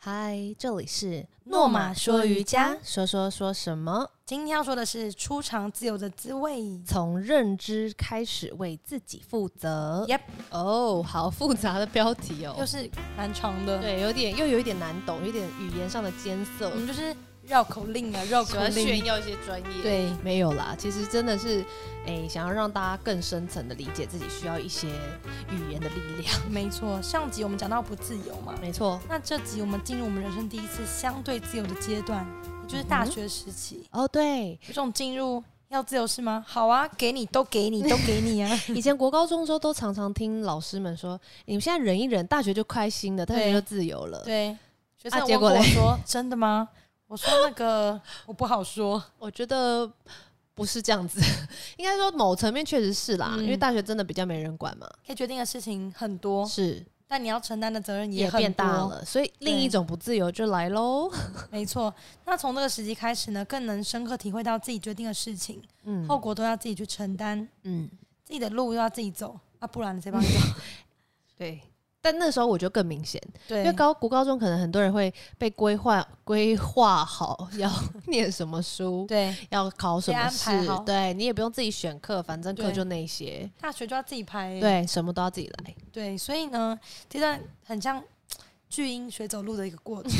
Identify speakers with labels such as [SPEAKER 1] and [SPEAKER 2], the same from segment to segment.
[SPEAKER 1] 嗨，这里是
[SPEAKER 2] 诺玛说瑜伽
[SPEAKER 1] 说说说什么？
[SPEAKER 2] 今天要说的是出场自由的滋味。
[SPEAKER 1] 从认知开始为自己负责。
[SPEAKER 2] Yep
[SPEAKER 1] 哦，好复杂的标题
[SPEAKER 2] 又
[SPEAKER 1] 哦，
[SPEAKER 2] 是蛮长的，，
[SPEAKER 1] 对，有点又有一点难懂，有点语言上的艰涩嗯
[SPEAKER 2] 我。们就是绕口令啊，绕
[SPEAKER 1] 喜
[SPEAKER 2] 口
[SPEAKER 1] 欢炫
[SPEAKER 2] 令。
[SPEAKER 1] 耀一些专业，
[SPEAKER 2] 对
[SPEAKER 1] 没有啦。其实真的是，哎、想要让大家更深层的理解自己，需要一些语言的力量。
[SPEAKER 2] 没错，上集我们讲到不自由嘛，
[SPEAKER 1] 没错，
[SPEAKER 2] 那这集我们进入我们人生第一次相对自由的阶段，也就是大学时期，
[SPEAKER 1] 哦，对，
[SPEAKER 2] 有种进入要自由是吗？好啊，给你都给你都给你 啊，
[SPEAKER 1] 以前国高中的时候都常常听老师们说，你们现在忍一忍，大学就开心了，大学
[SPEAKER 2] 对
[SPEAKER 1] 就自由了。
[SPEAKER 2] 对。学生
[SPEAKER 1] 啊
[SPEAKER 2] 问
[SPEAKER 1] 结果
[SPEAKER 2] 过我
[SPEAKER 1] 嘞
[SPEAKER 2] 说：“真的吗？”我说：“那个我不好说。
[SPEAKER 1] 我觉得不是这样子， 应该说某层面确实是啦，
[SPEAKER 2] 嗯
[SPEAKER 1] 因为大学真的比较没人管嘛，
[SPEAKER 2] 可以决定的事情很多，
[SPEAKER 1] 是
[SPEAKER 2] 但你要承担的责任
[SPEAKER 1] 也
[SPEAKER 2] 很
[SPEAKER 1] 变大
[SPEAKER 2] 多
[SPEAKER 1] 了，所以另一种不自由就来 喽。
[SPEAKER 2] 没错，那从这个时期开始呢，更能深刻体会到自己决定的事情，
[SPEAKER 1] 嗯
[SPEAKER 2] 后果都要自己去承担，
[SPEAKER 1] 嗯，
[SPEAKER 2] 自己的路又要自己走啊，不然谁帮你走？
[SPEAKER 1] 对。但那时候我就更明显，因为
[SPEAKER 2] 对，
[SPEAKER 1] 高国高中可能很多人会被规划规划好要 念什么书，
[SPEAKER 2] 对，
[SPEAKER 1] 要考什
[SPEAKER 2] 被
[SPEAKER 1] 么
[SPEAKER 2] 安排好
[SPEAKER 1] 试，对你也不用自己选课，反正课
[SPEAKER 2] 对
[SPEAKER 1] 就那些，
[SPEAKER 2] 大学就要自己排欸，
[SPEAKER 1] 对，什么都要自己来。
[SPEAKER 2] 对，所以呢，这段很像巨婴学走路的一个 过程。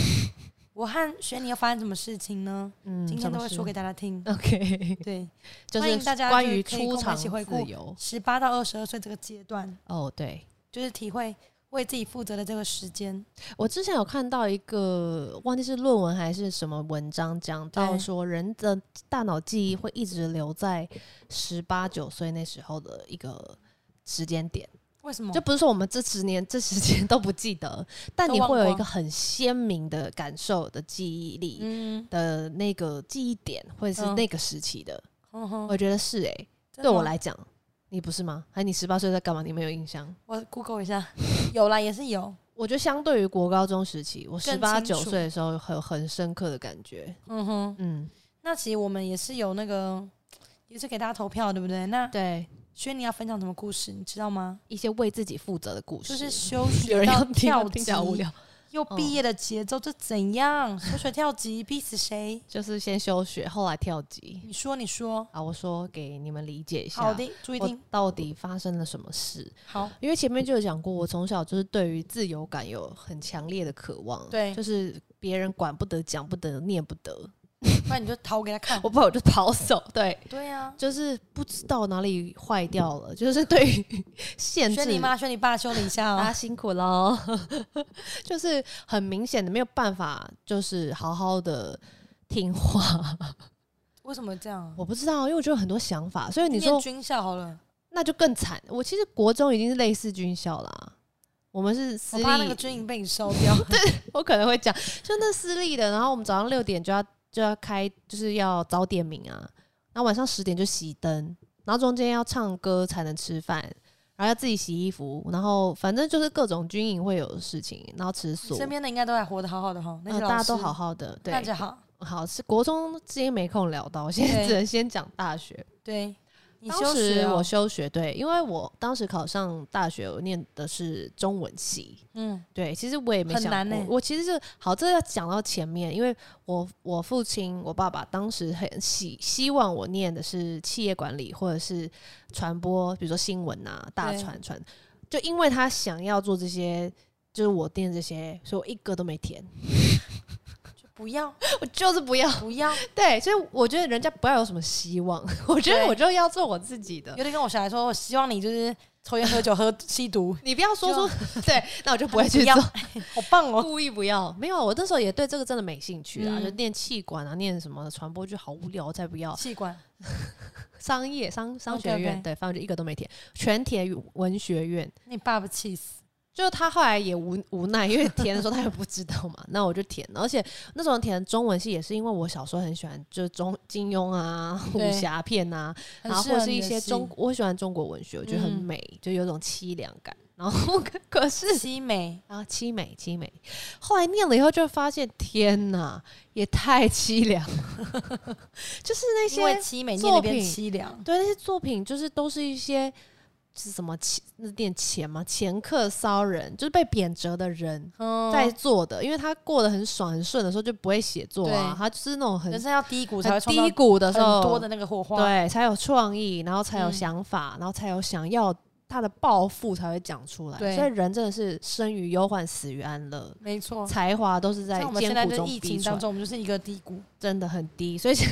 [SPEAKER 2] 我和学你要发生什么事情呢？
[SPEAKER 1] 嗯，
[SPEAKER 2] 今天都会
[SPEAKER 1] 什
[SPEAKER 2] 说
[SPEAKER 1] 么
[SPEAKER 2] 给
[SPEAKER 1] 事
[SPEAKER 2] 大家听。
[SPEAKER 1] OK，
[SPEAKER 2] 对，
[SPEAKER 1] 就
[SPEAKER 2] 欢迎大
[SPEAKER 1] 是
[SPEAKER 2] 家
[SPEAKER 1] 关
[SPEAKER 2] 就是
[SPEAKER 1] 于
[SPEAKER 2] 可以跟
[SPEAKER 1] 出
[SPEAKER 2] 我们一
[SPEAKER 1] 场
[SPEAKER 2] 起回顾
[SPEAKER 1] 自由。
[SPEAKER 2] 十八到二十二岁这个阶段，
[SPEAKER 1] 哦，对，
[SPEAKER 2] 就是体会为自己负责的这个时间。
[SPEAKER 1] 我之前有看到一个忘记是论文还是什么文章，讲到
[SPEAKER 2] 对
[SPEAKER 1] 说人的大脑记忆会一直留在十八九岁那时候的一个时间点，
[SPEAKER 2] 为什么？
[SPEAKER 1] 就不是说我们这十年 这十年都不记得，但
[SPEAKER 2] 都
[SPEAKER 1] 你
[SPEAKER 2] 忘
[SPEAKER 1] 会有一
[SPEAKER 2] 光
[SPEAKER 1] 个很鲜明的感受的记忆力
[SPEAKER 2] 嗯，
[SPEAKER 1] 的那个记忆点，会是
[SPEAKER 2] 嗯
[SPEAKER 1] 那个时期的。
[SPEAKER 2] 哼哼
[SPEAKER 1] 我觉得是诶、
[SPEAKER 2] 真
[SPEAKER 1] 对
[SPEAKER 2] 的
[SPEAKER 1] 我
[SPEAKER 2] 吗
[SPEAKER 1] 来讲，你不是吗？还是你十八岁在干嘛？你没有印象？
[SPEAKER 2] 我 Google 一下，有啦，也是有，
[SPEAKER 1] 我觉得相对于国高中时期，我十
[SPEAKER 2] 更
[SPEAKER 1] 八
[SPEAKER 2] 清
[SPEAKER 1] 九
[SPEAKER 2] 楚
[SPEAKER 1] 岁的时候有很很深刻的感觉。
[SPEAKER 2] 嗯哼。
[SPEAKER 1] 嗯，
[SPEAKER 2] 那其实我们也是有那个，也是给大家投票，对不对？那
[SPEAKER 1] 对，
[SPEAKER 2] 轩，你要分享什么故事，你知道吗？
[SPEAKER 1] 一些为自己负责的故事，
[SPEAKER 2] 就是休
[SPEAKER 1] 有
[SPEAKER 2] 学
[SPEAKER 1] 人
[SPEAKER 2] 到
[SPEAKER 1] 要听
[SPEAKER 2] 跳
[SPEAKER 1] 我听起来无
[SPEAKER 2] 级，
[SPEAKER 1] 聊，哦
[SPEAKER 2] 又毕业的节奏，这怎样？休学跳级， 逼死谁？
[SPEAKER 1] 就是先休学，后来跳级
[SPEAKER 2] 你说，你说，
[SPEAKER 1] 啊。我说给你们理解一下，
[SPEAKER 2] 好的，注意
[SPEAKER 1] 啊我
[SPEAKER 2] 听，
[SPEAKER 1] 到底发生了什么事？
[SPEAKER 2] 好，
[SPEAKER 1] 因为前面就有讲过，我从小就是对于自由感有很强烈的渴望，
[SPEAKER 2] 对
[SPEAKER 1] 就是别人管不得、讲不得、念不得，
[SPEAKER 2] 不然你就逃给他看
[SPEAKER 1] 我。不然我就跑走。对，
[SPEAKER 2] 对啊，
[SPEAKER 1] 就是不知道哪里坏掉了，就是对于 限制啊
[SPEAKER 2] 轩你妈，轩你爸，修理一下
[SPEAKER 1] 大家
[SPEAKER 2] 哦。
[SPEAKER 1] 辛苦喽， 就是很明显的没有办法，就是好好的听话。
[SPEAKER 2] 为什么这样啊？
[SPEAKER 1] 我不知道，因为我就有很多想法，所以你
[SPEAKER 2] 念
[SPEAKER 1] 说
[SPEAKER 2] 军校好了，
[SPEAKER 1] 那就更惨。我其实国中已经是类似军校啦，我们是私
[SPEAKER 2] 我
[SPEAKER 1] 立，
[SPEAKER 2] 怕那个军营被你烧掉。
[SPEAKER 1] 我可能会讲，就那私立的，然后我们早上六点就要就要开，就是要早点名啊，然后晚上十点就熄灯，然后中间要唱歌才能吃饭，然后要自己洗衣服，然后反正就是各种军营会有的事情，然后吃素，
[SPEAKER 2] 身边的应该都还活得好好的哈，那些
[SPEAKER 1] 嗯
[SPEAKER 2] 老师
[SPEAKER 1] 大家都好，好的，对
[SPEAKER 2] 那，就好。
[SPEAKER 1] 好是国中之间没空聊到，现在
[SPEAKER 2] 对
[SPEAKER 1] 只能先讲大学。
[SPEAKER 2] 对，你
[SPEAKER 1] 当
[SPEAKER 2] 休
[SPEAKER 1] 时
[SPEAKER 2] 学哦
[SPEAKER 1] 我休学，对，因为我当时考上大学，我念的是中文系，
[SPEAKER 2] 嗯，
[SPEAKER 1] 对，其实我也没
[SPEAKER 2] 很
[SPEAKER 1] 想
[SPEAKER 2] 难
[SPEAKER 1] 过，
[SPEAKER 2] 欸
[SPEAKER 1] 我其实是好，这要讲到前面，因为我我父亲我爸爸当时很希希望我念的是企业管理或者是传播，比如说新闻啊、大
[SPEAKER 2] 对
[SPEAKER 1] 传传，就因为他想要做这些，就是我念这些，所以我一个都没填，
[SPEAKER 2] 就不要
[SPEAKER 1] 我就是不要。
[SPEAKER 2] 不 要，
[SPEAKER 1] 对，所以我觉得人家不要有什么希望， 我觉得
[SPEAKER 2] 对
[SPEAKER 1] 我就要做我自己的
[SPEAKER 2] 有。点跟我小孩说，我希望你就是抽烟、喝酒、喝吸 毒，
[SPEAKER 1] 你不要说
[SPEAKER 2] 就
[SPEAKER 1] 出 对，那我就不会去
[SPEAKER 2] 不要
[SPEAKER 1] 做。
[SPEAKER 2] 好棒哦。
[SPEAKER 1] 故意不要，没有，我那时候也对这个真的没兴趣啦，
[SPEAKER 2] 嗯
[SPEAKER 1] 就念气管啊，念什么传播就好无聊，我才不要
[SPEAKER 2] 气管
[SPEAKER 1] 商业商商学
[SPEAKER 2] OK，OK
[SPEAKER 1] 院对，反正我就一个都没填，全填语文学院。
[SPEAKER 2] 你爸爸气死，
[SPEAKER 1] 就是他后来也无无奈，因为填的时候他也不知道嘛， 那我就填了。而且那时候填中文系也是因为我小时候很喜欢，就是中金庸啊、武
[SPEAKER 2] 对
[SPEAKER 1] 侠片啊，
[SPEAKER 2] 很
[SPEAKER 1] 然后
[SPEAKER 2] 适合
[SPEAKER 1] 或是
[SPEAKER 2] 你
[SPEAKER 1] 一
[SPEAKER 2] 的
[SPEAKER 1] 些
[SPEAKER 2] 戏
[SPEAKER 1] 中，我喜欢中国文学，我觉得很
[SPEAKER 2] 嗯
[SPEAKER 1] 美，就有种凄凉感。然后 可可 是
[SPEAKER 2] 西美，
[SPEAKER 1] 啊，凄美凄美。后来念了以后，就发现天哪，也太凄凉了。 就是那
[SPEAKER 2] 因为
[SPEAKER 1] 些
[SPEAKER 2] 西美
[SPEAKER 1] 作
[SPEAKER 2] 念的变
[SPEAKER 1] 品
[SPEAKER 2] 凄凉，
[SPEAKER 1] 对那些作品，就是都是一些是什么前那店前吗？前客骚人，就是被贬谪的人
[SPEAKER 2] 嗯，
[SPEAKER 1] 在做的，因为他过得很爽很顺的时候就不会写作啊
[SPEAKER 2] 对，
[SPEAKER 1] 他就是那种很
[SPEAKER 2] 人生要低谷才会
[SPEAKER 1] 很
[SPEAKER 2] 创造
[SPEAKER 1] 低谷的时候
[SPEAKER 2] 很多的那个火花。
[SPEAKER 1] 对，才有创意，然后才有
[SPEAKER 2] 嗯
[SPEAKER 1] 想法，然后才有想要他的抱负才会讲出来。
[SPEAKER 2] 对
[SPEAKER 1] 所以人真的是生于忧患，死于安乐，
[SPEAKER 2] 没错。
[SPEAKER 1] 才华都是在
[SPEAKER 2] 哦像我们现在
[SPEAKER 1] 艰苦
[SPEAKER 2] 在
[SPEAKER 1] 中
[SPEAKER 2] 疫
[SPEAKER 1] 逼
[SPEAKER 2] 情
[SPEAKER 1] 出来
[SPEAKER 2] 当，中，我们就是一个低谷。
[SPEAKER 1] 真的很低。所以现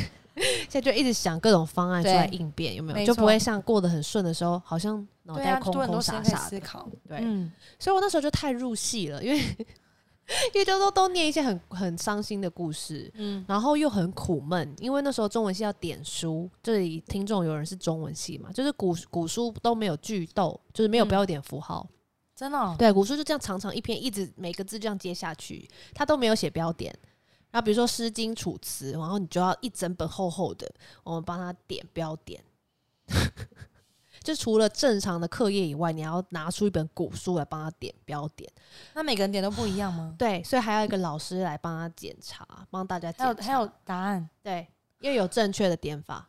[SPEAKER 1] 在 就一直想各种方案出来
[SPEAKER 2] 对
[SPEAKER 1] 应变，有没有？
[SPEAKER 2] 没
[SPEAKER 1] 就
[SPEAKER 2] 错
[SPEAKER 1] 不会像过得很顺的时候，好像脑
[SPEAKER 2] 对
[SPEAKER 1] 袋
[SPEAKER 2] 啊，
[SPEAKER 1] 空
[SPEAKER 2] 多很
[SPEAKER 1] 空
[SPEAKER 2] 多时间
[SPEAKER 1] 傻
[SPEAKER 2] 可以
[SPEAKER 1] 傻
[SPEAKER 2] 思
[SPEAKER 1] 的。
[SPEAKER 2] 考。
[SPEAKER 1] 对，
[SPEAKER 2] 嗯，
[SPEAKER 1] 所以我那时候就太入戏了，因为 因为就都都念一些很很伤心的故事，
[SPEAKER 2] 嗯，
[SPEAKER 1] 然后又很苦闷，因为那时候中文系要点书，这里听众有人是中文系嘛，就是古古书都没有句逗，就是没有
[SPEAKER 2] 嗯
[SPEAKER 1] 标点符号。
[SPEAKER 2] 真的哦，
[SPEAKER 1] 对，古书就这样长长一篇，一直每个字这样接下去，它都没有写标点。然后比如说《诗经》《楚辞》，然后你就要一整本厚厚的，我们帮它点标点。 就除了正常的课业以外，你还要拿出一本古书来帮他点标点。
[SPEAKER 2] 那每个人点都不一样 吗？
[SPEAKER 1] 对，所以还要一个老师来帮他检查，帮大家检
[SPEAKER 2] 还有
[SPEAKER 1] 查
[SPEAKER 2] 还有答案，
[SPEAKER 1] 对，因为有正确的点法。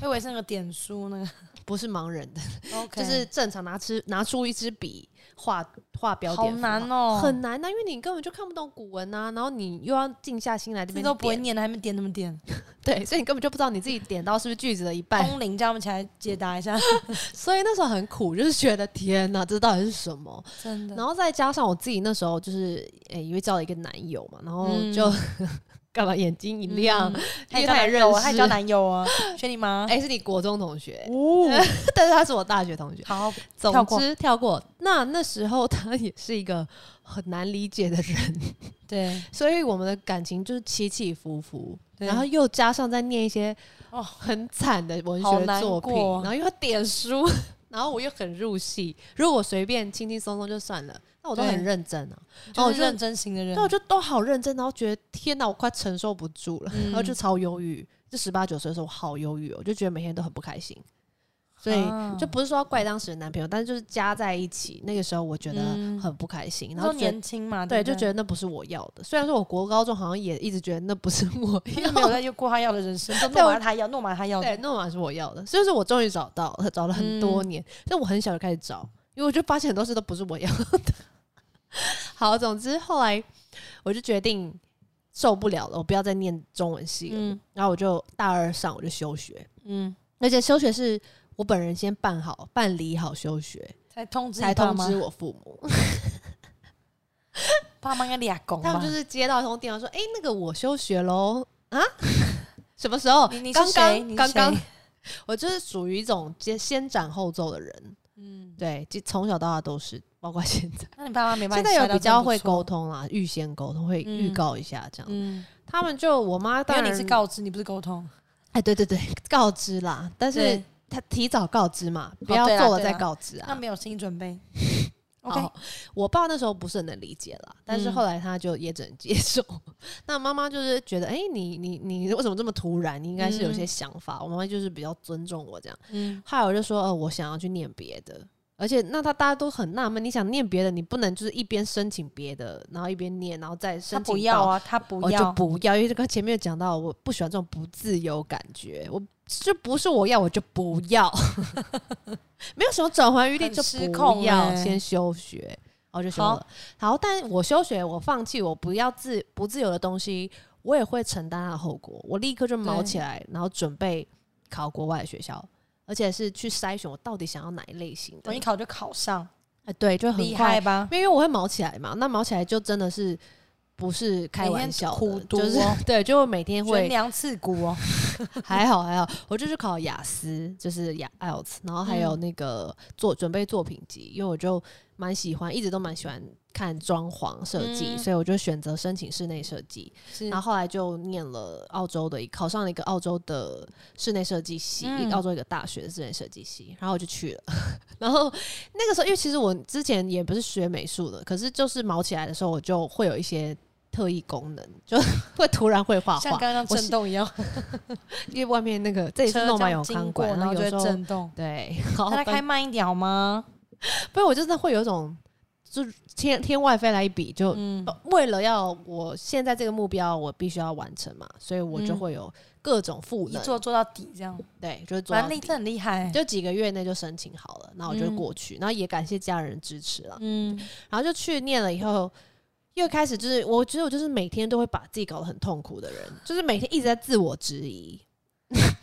[SPEAKER 2] 我以为是那个点书那个。
[SPEAKER 1] 不是盲人的，
[SPEAKER 2] OK，
[SPEAKER 1] 就是正常拿支拿出一支笔画画标
[SPEAKER 2] 好
[SPEAKER 1] 点符号，
[SPEAKER 2] 难哦，
[SPEAKER 1] 很难啊呐、因为你根本就看不懂古文啊呐、然后你又要静下心来这
[SPEAKER 2] 字
[SPEAKER 1] 边
[SPEAKER 2] 都不会
[SPEAKER 1] 点
[SPEAKER 2] 念，还没点怎么点？
[SPEAKER 1] 对，所以你根本就不知道你自己点到是不是句子的一半，
[SPEAKER 2] 通灵叫我们起来解答一下，
[SPEAKER 1] 所以那时候很苦，就是觉得天呐，这到底是什么？
[SPEAKER 2] 真的。
[SPEAKER 1] 然后再加上我自己那时候就是诶、因为交了一个男友嘛，然后就、干嘛眼睛一亮，
[SPEAKER 2] 嗯，
[SPEAKER 1] 因
[SPEAKER 2] 还
[SPEAKER 1] 为
[SPEAKER 2] 有
[SPEAKER 1] 他也认识
[SPEAKER 2] 交男友啊，还有交男友啊， 选你吗？
[SPEAKER 1] 诶、是你国中同学，
[SPEAKER 2] 哦，
[SPEAKER 1] 但是他是我大学同学，
[SPEAKER 2] 好，
[SPEAKER 1] 总
[SPEAKER 2] 跳过
[SPEAKER 1] 之跳过。那那时候他也是一个很难理解的人，
[SPEAKER 2] 对，
[SPEAKER 1] 所以我们的感情就是起起伏伏，
[SPEAKER 2] 对
[SPEAKER 1] 然后又加上在念一些
[SPEAKER 2] 哦
[SPEAKER 1] 很惨的文
[SPEAKER 2] 好
[SPEAKER 1] 学
[SPEAKER 2] 难
[SPEAKER 1] 作品，
[SPEAKER 2] 过
[SPEAKER 1] 然后又要点书， 然后我又很入戏。如果我随便轻轻松松就算了，那我都
[SPEAKER 2] 对
[SPEAKER 1] 很认真啊。
[SPEAKER 2] 就
[SPEAKER 1] 我
[SPEAKER 2] 是
[SPEAKER 1] 就
[SPEAKER 2] 认真型的人
[SPEAKER 1] 那。我就都好认真，然后觉得天哪，我快承受不住了，
[SPEAKER 2] 嗯
[SPEAKER 1] 然后就超忧郁。就十八九岁的时候，我好忧郁哦，我就觉得每天都很不开心。所以
[SPEAKER 2] 啊
[SPEAKER 1] 就不是说要怪当时的男朋友，但是就是加在一起，那个时候我觉得
[SPEAKER 2] 嗯
[SPEAKER 1] 很不开心，
[SPEAKER 2] 那
[SPEAKER 1] 然
[SPEAKER 2] 时
[SPEAKER 1] 后
[SPEAKER 2] 候
[SPEAKER 1] 觉得
[SPEAKER 2] 年轻嘛，
[SPEAKER 1] 对，
[SPEAKER 2] 不
[SPEAKER 1] 就觉得那不是我要的。虽然说我国高中好像也一直觉得那不是 我
[SPEAKER 2] 因
[SPEAKER 1] 要
[SPEAKER 2] 为没有在又过他要的人生，都
[SPEAKER 1] 对
[SPEAKER 2] 弄
[SPEAKER 1] 我
[SPEAKER 2] 完他要，弄完他要
[SPEAKER 1] 对，
[SPEAKER 2] 的，
[SPEAKER 1] 诺玛是我要的，所以说我终于找到了，找了很多
[SPEAKER 2] 嗯
[SPEAKER 1] 年，但我很小就开始找，因为我就发现很多事都不是我要的。 好，总之后来我就决定受不了了，我不要再念中文系了，
[SPEAKER 2] 嗯
[SPEAKER 1] 然后我就大二上我就休学，
[SPEAKER 2] 嗯，
[SPEAKER 1] 而且休学是我本人先办好办理好休学，
[SPEAKER 2] 才通知
[SPEAKER 1] 才
[SPEAKER 2] 你爸
[SPEAKER 1] 通
[SPEAKER 2] 妈
[SPEAKER 1] 知，我父母，
[SPEAKER 2] 爸妈应该俩拱吧，
[SPEAKER 1] 他们就是接到一通电话说，哎、那个我休学喽啊， 什么时候？
[SPEAKER 2] 你你是
[SPEAKER 1] 刚
[SPEAKER 2] 谁你
[SPEAKER 1] 刚
[SPEAKER 2] 是
[SPEAKER 1] 刚刚
[SPEAKER 2] 谁，
[SPEAKER 1] 我就是属于一种先先斩后奏的人。
[SPEAKER 2] 嗯，
[SPEAKER 1] 对，就从小到大都是，包括现 在。
[SPEAKER 2] 那你爸妈没办法，
[SPEAKER 1] 现在有比较会沟，通啦，预先沟通，会预
[SPEAKER 2] 嗯
[SPEAKER 1] 告一下这样。
[SPEAKER 2] 嗯，
[SPEAKER 1] 他们就我妈
[SPEAKER 2] 因
[SPEAKER 1] 当
[SPEAKER 2] 为
[SPEAKER 1] 然
[SPEAKER 2] 你是，告知，你不是沟通，
[SPEAKER 1] 哎，对对对， 告知啦，但是啊
[SPEAKER 2] 对
[SPEAKER 1] 她提早告知嘛，不
[SPEAKER 2] 哦
[SPEAKER 1] 要
[SPEAKER 2] 对啦
[SPEAKER 1] 做了
[SPEAKER 2] 对
[SPEAKER 1] 再
[SPEAKER 2] 啦
[SPEAKER 1] 告知
[SPEAKER 2] 那
[SPEAKER 1] 啊。
[SPEAKER 2] 没有心理 准备，OK，
[SPEAKER 1] 哦，我爸那时候不是很能理解啦，但是
[SPEAKER 2] 嗯
[SPEAKER 1] 后来他就也只能接受。 那妈妈就是觉得，哎、你你你为什么这么突然？你应该是有些
[SPEAKER 2] 嗯
[SPEAKER 1] 想法。我妈妈就是比较尊重我这样。
[SPEAKER 2] 嗯，
[SPEAKER 1] 后来我就说，呃，我想要去念别的，而且那他大家都很纳闷，你想念别的，你不能就是一边申请别的，然后一边念，然后再
[SPEAKER 2] 他
[SPEAKER 1] 申请
[SPEAKER 2] 不要
[SPEAKER 1] 到，
[SPEAKER 2] 啊，他不
[SPEAKER 1] 我就
[SPEAKER 2] 要，
[SPEAKER 1] 不要，因为刚前面有讲到，我不喜欢这种不自由感觉，我就不是我要，我就不要， 没有什么转圜余地，
[SPEAKER 2] 很
[SPEAKER 1] 就
[SPEAKER 2] 失
[SPEAKER 1] 不
[SPEAKER 2] 控
[SPEAKER 1] 要、
[SPEAKER 2] 欸
[SPEAKER 1] 先休学。然后就休
[SPEAKER 2] 好
[SPEAKER 1] 了，好，但我休学，我放弃，我不要自不自由的东西，我也会承担它的后果。我立刻就毛
[SPEAKER 2] 对
[SPEAKER 1] 起来，然后准备考国外的学校，而且是去筛选我到底想要哪一类型的
[SPEAKER 2] 等。一考就考上，
[SPEAKER 1] 哎，对，就很
[SPEAKER 2] 哦厉
[SPEAKER 1] 快
[SPEAKER 2] 害吧？
[SPEAKER 1] 因为我会毛起来嘛，那毛起来就真的是不是开玩笑的，
[SPEAKER 2] 每天苦读
[SPEAKER 1] 就是
[SPEAKER 2] 哦
[SPEAKER 1] 对，就每天
[SPEAKER 2] 悬
[SPEAKER 1] 会
[SPEAKER 2] 梁刺 股哦，
[SPEAKER 1] 还好还好，我就去考雅思，就是雅 IELTS，然后还有
[SPEAKER 2] 嗯
[SPEAKER 1] 那个做准备作品集，因为我就蛮喜欢，一直都蛮喜欢看装潢设计，
[SPEAKER 2] 嗯
[SPEAKER 1] 所以我就选择申请室内设计，
[SPEAKER 2] 是
[SPEAKER 1] 然后后来就念了澳洲的一，考上了一个澳洲的室内设计系，
[SPEAKER 2] 嗯
[SPEAKER 1] 一个澳洲一个大学的室内设计系，然后我就去了。 然后那个时候，因为其实我之前也不是学美术的，可是就是毛起来的时候，我就会有一些特异功能，就 会突然会画
[SPEAKER 2] 像
[SPEAKER 1] 画，
[SPEAKER 2] 刚刚
[SPEAKER 1] 啊我
[SPEAKER 2] 震动一样，
[SPEAKER 1] 因为外面那个这也是
[SPEAKER 2] 车
[SPEAKER 1] 弄
[SPEAKER 2] 这
[SPEAKER 1] 完
[SPEAKER 2] 样
[SPEAKER 1] 有
[SPEAKER 2] 经
[SPEAKER 1] 看
[SPEAKER 2] 过，
[SPEAKER 1] 管，
[SPEAKER 2] 然
[SPEAKER 1] 然后
[SPEAKER 2] 后就
[SPEAKER 1] 有
[SPEAKER 2] 会
[SPEAKER 1] 时候
[SPEAKER 2] 震动。
[SPEAKER 1] 对，好
[SPEAKER 2] 那，他开慢一点好吗？
[SPEAKER 1] 不是我就是会有一种。就天天外飞来一笔，就、
[SPEAKER 2] 嗯
[SPEAKER 1] 呃为了要我现在这个目标，我必须要完成嘛，所以我就
[SPEAKER 2] 嗯
[SPEAKER 1] 会有各种赋
[SPEAKER 2] 一
[SPEAKER 1] 能，
[SPEAKER 2] 做做到底这样，
[SPEAKER 1] 对，就是做
[SPEAKER 2] 蛮
[SPEAKER 1] 到
[SPEAKER 2] 厉，
[SPEAKER 1] 底。
[SPEAKER 2] 这很厉害。
[SPEAKER 1] 就几个月内就申请好了，那我就
[SPEAKER 2] 嗯
[SPEAKER 1] 过去，然后也感谢家人支持了，
[SPEAKER 2] 嗯，
[SPEAKER 1] 然后就去念了以后，又开始就是，我觉得我就是每天都会把自己搞得很痛苦的人，就是每天一直在自我质疑，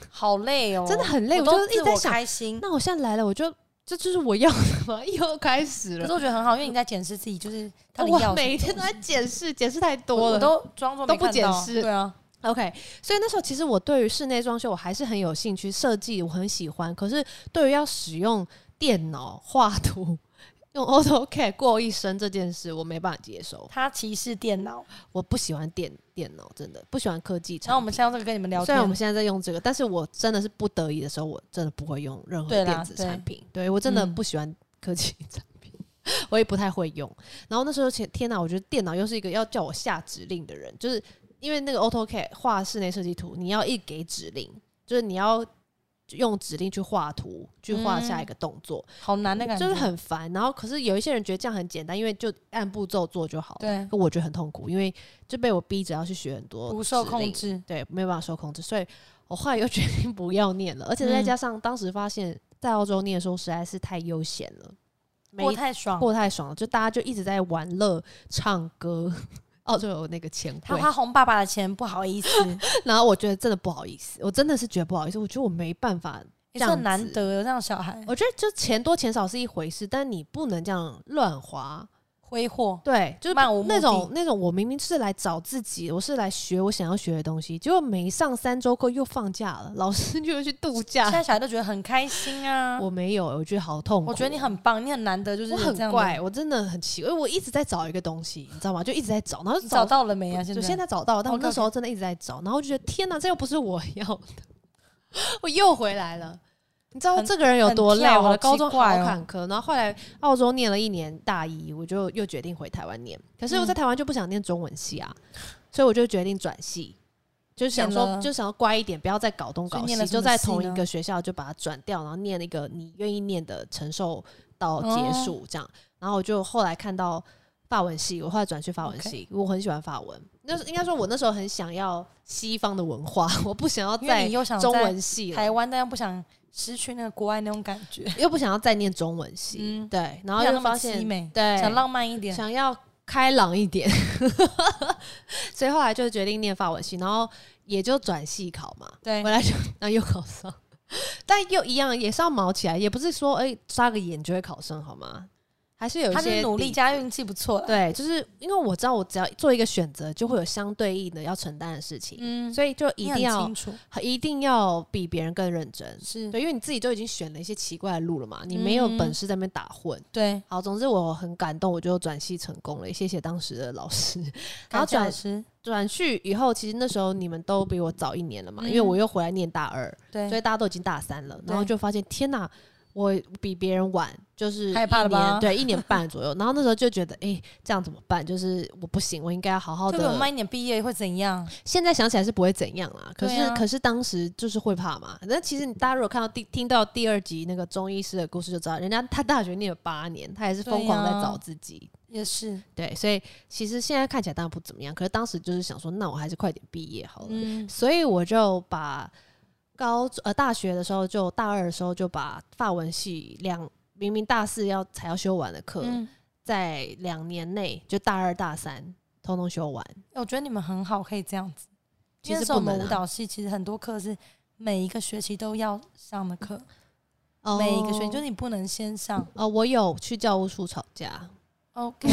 [SPEAKER 2] 好累哦，
[SPEAKER 1] 真的很累。我
[SPEAKER 2] 都
[SPEAKER 1] 就一直
[SPEAKER 2] 自
[SPEAKER 1] 在
[SPEAKER 2] 我
[SPEAKER 1] 想，
[SPEAKER 2] 开心。
[SPEAKER 1] 那我现在来了，我就这就是我要的吗？ 又开始
[SPEAKER 2] 可
[SPEAKER 1] 了
[SPEAKER 2] 是。我觉得很好，因为你在检视自己，就是到底要什
[SPEAKER 1] 哦我
[SPEAKER 2] 么
[SPEAKER 1] 每天都在检视，检视太多
[SPEAKER 2] 我
[SPEAKER 1] 了。
[SPEAKER 2] 我都装作没
[SPEAKER 1] 都不
[SPEAKER 2] 看到啊
[SPEAKER 1] 检视
[SPEAKER 2] 对啊，
[SPEAKER 1] OK，所以那时候其实我对于室内装修我还是很有兴趣，设计我很喜欢。可是对于要使用电脑画图、用 AutoCAD 过一生这件事，我没办法接受。
[SPEAKER 2] 他歧视电脑。
[SPEAKER 1] 我不喜欢电电脑，真的不喜欢科技
[SPEAKER 2] 然后
[SPEAKER 1] 产
[SPEAKER 2] 我们
[SPEAKER 1] 品。
[SPEAKER 2] 现在这个跟你们聊
[SPEAKER 1] 虽
[SPEAKER 2] 天，
[SPEAKER 1] 然我们现在在用这个，但是我真的是不得已的时候，我真的不会用任何
[SPEAKER 2] 对啦
[SPEAKER 1] 电子产品。对我真的
[SPEAKER 2] 嗯
[SPEAKER 1] 不喜欢科技产品，我也不太会用。然后那时候天天哪，我觉得电脑又是一个要叫我下指令的人，就是因为那个 AutoCAD 画室内设计图，你要一给指令，就是你要用指令去画图，去画
[SPEAKER 2] 嗯
[SPEAKER 1] 下一个动作，
[SPEAKER 2] 好难的感觉，
[SPEAKER 1] 就是很烦。然后可是有一些人觉得这样很简单，因为就按步骤做就好了。
[SPEAKER 2] 对，
[SPEAKER 1] 可我觉得很痛苦，因为就被我逼着要去学很多
[SPEAKER 2] 不受
[SPEAKER 1] 指
[SPEAKER 2] 控
[SPEAKER 1] 令，
[SPEAKER 2] 制。
[SPEAKER 1] 对，没有办法受控制，所以我后来又 决定不要念了，而且再
[SPEAKER 2] 嗯
[SPEAKER 1] 加上当时发现，在澳洲念的时候实在是太悠闲了，没
[SPEAKER 2] 过太爽，
[SPEAKER 1] 过太爽了，就大家就一直在玩乐、唱歌。 澳洲有那个钱
[SPEAKER 2] 他
[SPEAKER 1] 柜，
[SPEAKER 2] 花红爸爸的钱，不好意思，
[SPEAKER 1] 然后我觉得真的不好意思，我真的是觉得不好意思，我觉得我没办法。
[SPEAKER 2] 也
[SPEAKER 1] 这样
[SPEAKER 2] 是很难
[SPEAKER 1] 子
[SPEAKER 2] 得有这样的小孩
[SPEAKER 1] 我觉得就钱多钱少是一回事，但你不能这样乱花。
[SPEAKER 2] 挥霍，
[SPEAKER 1] 对，就是
[SPEAKER 2] 漫无目
[SPEAKER 1] 那种
[SPEAKER 2] 的。
[SPEAKER 1] 那种，我明明是来找自己，我是来学我想要学的东西，结果每上三周课又放假了，老师 就又去度
[SPEAKER 2] 现
[SPEAKER 1] 假。
[SPEAKER 2] 在小孩都觉得很开心啊！
[SPEAKER 1] 我没有，我觉得好痛苦。
[SPEAKER 2] 我觉得你很棒，你很难得，就是
[SPEAKER 1] 我
[SPEAKER 2] 有这
[SPEAKER 1] 很
[SPEAKER 2] 样的
[SPEAKER 1] 怪，。我真的很奇怪，我一直在找一个东西，你知道吗？就一直在找，然后
[SPEAKER 2] 你
[SPEAKER 1] 找
[SPEAKER 2] 找到了没啊？现
[SPEAKER 1] 就
[SPEAKER 2] 在
[SPEAKER 1] 现在哦找到了，但我
[SPEAKER 2] OK，OK
[SPEAKER 1] 那时候真的一直在找，然后就觉得天哪，这又不是我要的， 我又回来了。你知道
[SPEAKER 2] 很
[SPEAKER 1] 这个人有多累？
[SPEAKER 2] 很跳
[SPEAKER 1] 我的高中
[SPEAKER 2] 好奇
[SPEAKER 1] 好
[SPEAKER 2] 怪哦
[SPEAKER 1] 坎坷，然后后来澳洲念了一年大一，我就又决定回台湾念。可是我在台湾就不想念中文系啊，所以我就决定转系，就想
[SPEAKER 2] 念
[SPEAKER 1] 说
[SPEAKER 2] 了
[SPEAKER 1] 就想要乖一点，不要再搞东搞
[SPEAKER 2] 所以
[SPEAKER 1] 西
[SPEAKER 2] 念了，什
[SPEAKER 1] 就
[SPEAKER 2] 么
[SPEAKER 1] 在
[SPEAKER 2] 系
[SPEAKER 1] 同一
[SPEAKER 2] 呢
[SPEAKER 1] 个学校就把它转掉，然后念一个你愿意念的承受到结
[SPEAKER 2] 哦
[SPEAKER 1] 束这样。然后我就后来看到法文系，我后来转去法文
[SPEAKER 2] OK
[SPEAKER 1] 系因为我很喜欢法文。那是应该说，我那时候很想要西方的文化， 我不想要
[SPEAKER 2] 因为
[SPEAKER 1] 在
[SPEAKER 2] 你又想
[SPEAKER 1] 中
[SPEAKER 2] 在
[SPEAKER 1] 文系了，
[SPEAKER 2] 台湾，但又不想失去那个国外那种感觉，
[SPEAKER 1] 又不想要再念中文系，
[SPEAKER 2] 嗯
[SPEAKER 1] 对，然
[SPEAKER 2] 不
[SPEAKER 1] 后
[SPEAKER 2] 想
[SPEAKER 1] 就
[SPEAKER 2] 那么
[SPEAKER 1] 发
[SPEAKER 2] 凄
[SPEAKER 1] 现
[SPEAKER 2] 美，
[SPEAKER 1] 对
[SPEAKER 2] 想浪漫一点。
[SPEAKER 1] 想要开朗一点， 所以后来就决定念法文系，然后也就转系考嘛，
[SPEAKER 2] 对
[SPEAKER 1] 回，来就那又考上， 但又一样也是要毛起来，也不是说哎刷个眼就会考上好吗？还是有一
[SPEAKER 2] 他
[SPEAKER 1] 些
[SPEAKER 2] 是努力
[SPEAKER 1] 底
[SPEAKER 2] 加运气不错了。
[SPEAKER 1] 对，就是因为我知道我只要做一个选择，就会有相对应的要承担的事情，
[SPEAKER 2] 嗯，
[SPEAKER 1] 所以就一
[SPEAKER 2] 你
[SPEAKER 1] 定
[SPEAKER 2] 很
[SPEAKER 1] 要
[SPEAKER 2] 清楚，
[SPEAKER 1] 一定要比别人更认真。
[SPEAKER 2] 是
[SPEAKER 1] 对，因为你自己都已经选了一些奇怪的路了嘛，你没有本
[SPEAKER 2] 嗯
[SPEAKER 1] 事在那边打混。
[SPEAKER 2] 对。
[SPEAKER 1] 好，总之我很感动，我就转系成功了，也谢谢当时的老师。然后
[SPEAKER 2] 感谢老
[SPEAKER 1] 转
[SPEAKER 2] 师，
[SPEAKER 1] 转去以后，其实那时候你们都比我早一年了嘛，因为
[SPEAKER 2] 嗯
[SPEAKER 1] 我又回来念大二，
[SPEAKER 2] 对
[SPEAKER 1] 所以，大家都已经大三了，然后
[SPEAKER 2] 对
[SPEAKER 1] 就发现天哪，我比别人晚，就是
[SPEAKER 2] 害怕
[SPEAKER 1] 一
[SPEAKER 2] 了吧
[SPEAKER 1] 年对，一年半左右。然后那时候就觉得，哎、这样怎么办？就是我不行，我应该要好好
[SPEAKER 2] 特别我
[SPEAKER 1] 的。
[SPEAKER 2] 慢一点毕业会怎样？
[SPEAKER 1] 现在想起来是不会怎样啦，可是、
[SPEAKER 2] 对啊
[SPEAKER 1] 可是当时就是会怕嘛。那其实你大家如果看到第听到第二集那个中医师的故事，就知道人家他大学念了八年，他也是疯狂在
[SPEAKER 2] 对啊
[SPEAKER 1] 找自己。
[SPEAKER 2] 也是，
[SPEAKER 1] 对，所以其实现在看起来当然不怎么样，可是当时就是想说，那我还是快点毕业好了。
[SPEAKER 2] 嗯，
[SPEAKER 1] 所以我就把高中呃大学的时候就大二的时候就把法文系两明明大四要才要修完的课，
[SPEAKER 2] 嗯，
[SPEAKER 1] 在两年内就大二大三通通修完。
[SPEAKER 2] 我觉得你们很好，可以这样子。
[SPEAKER 1] 其
[SPEAKER 2] 因为
[SPEAKER 1] 实
[SPEAKER 2] 是我
[SPEAKER 1] 不
[SPEAKER 2] 们
[SPEAKER 1] 能啊、
[SPEAKER 2] 舞蹈系，其实很多课是每一个学期都要上的课，
[SPEAKER 1] 哦
[SPEAKER 2] 每一个学期就是你不能先上。
[SPEAKER 1] 哦，我有去教务处吵架，
[SPEAKER 2] OK，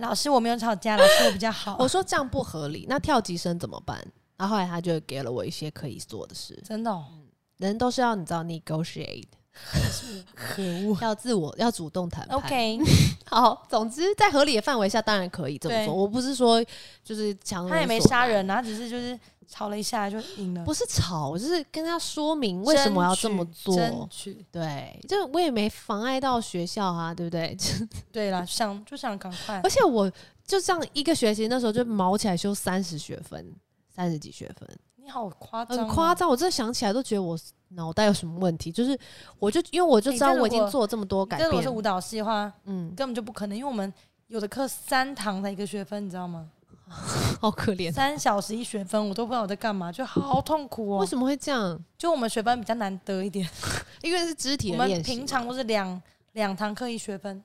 [SPEAKER 2] 老 师我没有吵架，老师我比较好。
[SPEAKER 1] 我说这样不合理，那跳级生怎么办？然后后来他就给了我一些可以做的事，
[SPEAKER 2] 真的、哦，
[SPEAKER 1] 人都是要你知道 negotiate，
[SPEAKER 2] 可恶。
[SPEAKER 1] 要自我要主动谈判。
[SPEAKER 2] OK，
[SPEAKER 1] 好，总之在合理的范围下，当然可以这么
[SPEAKER 2] 对
[SPEAKER 1] 做。我不是说就是强人，
[SPEAKER 2] 他也没杀，人啊，只是就是吵了一下就赢了。
[SPEAKER 1] 不是吵，我就是跟他说明为什么要这么
[SPEAKER 2] 争
[SPEAKER 1] 做。
[SPEAKER 2] 取？争取
[SPEAKER 1] 对，就我也没妨碍到学校啊，对不 对？
[SPEAKER 2] 对啦，想就想赶快
[SPEAKER 1] 而。且我就这样一个学期，那时候就毛起来修三十学分，三十几学分，
[SPEAKER 2] 你好啊夸张、哦
[SPEAKER 1] 很夸。张。我真的想起来都觉得我脑袋有什么问题，就是我就因为我就知道
[SPEAKER 2] 诶但如果
[SPEAKER 1] 我已经做了这么多改
[SPEAKER 2] 但如果
[SPEAKER 1] 变
[SPEAKER 2] 是，舞蹈系的话，
[SPEAKER 1] 嗯，
[SPEAKER 2] 根本就不可能，因为我们有的课三堂才一个学分，你知道吗？
[SPEAKER 1] 好可怜。
[SPEAKER 2] 三小时一学分，我都不知道我在干嘛，就好痛苦
[SPEAKER 1] 为
[SPEAKER 2] 哦。
[SPEAKER 1] 什么会这样？
[SPEAKER 2] 就我们学分比较难得一点，
[SPEAKER 1] 因为是肢体的
[SPEAKER 2] 我们
[SPEAKER 1] 练习嘛。
[SPEAKER 2] 平常都是两两堂课一学分，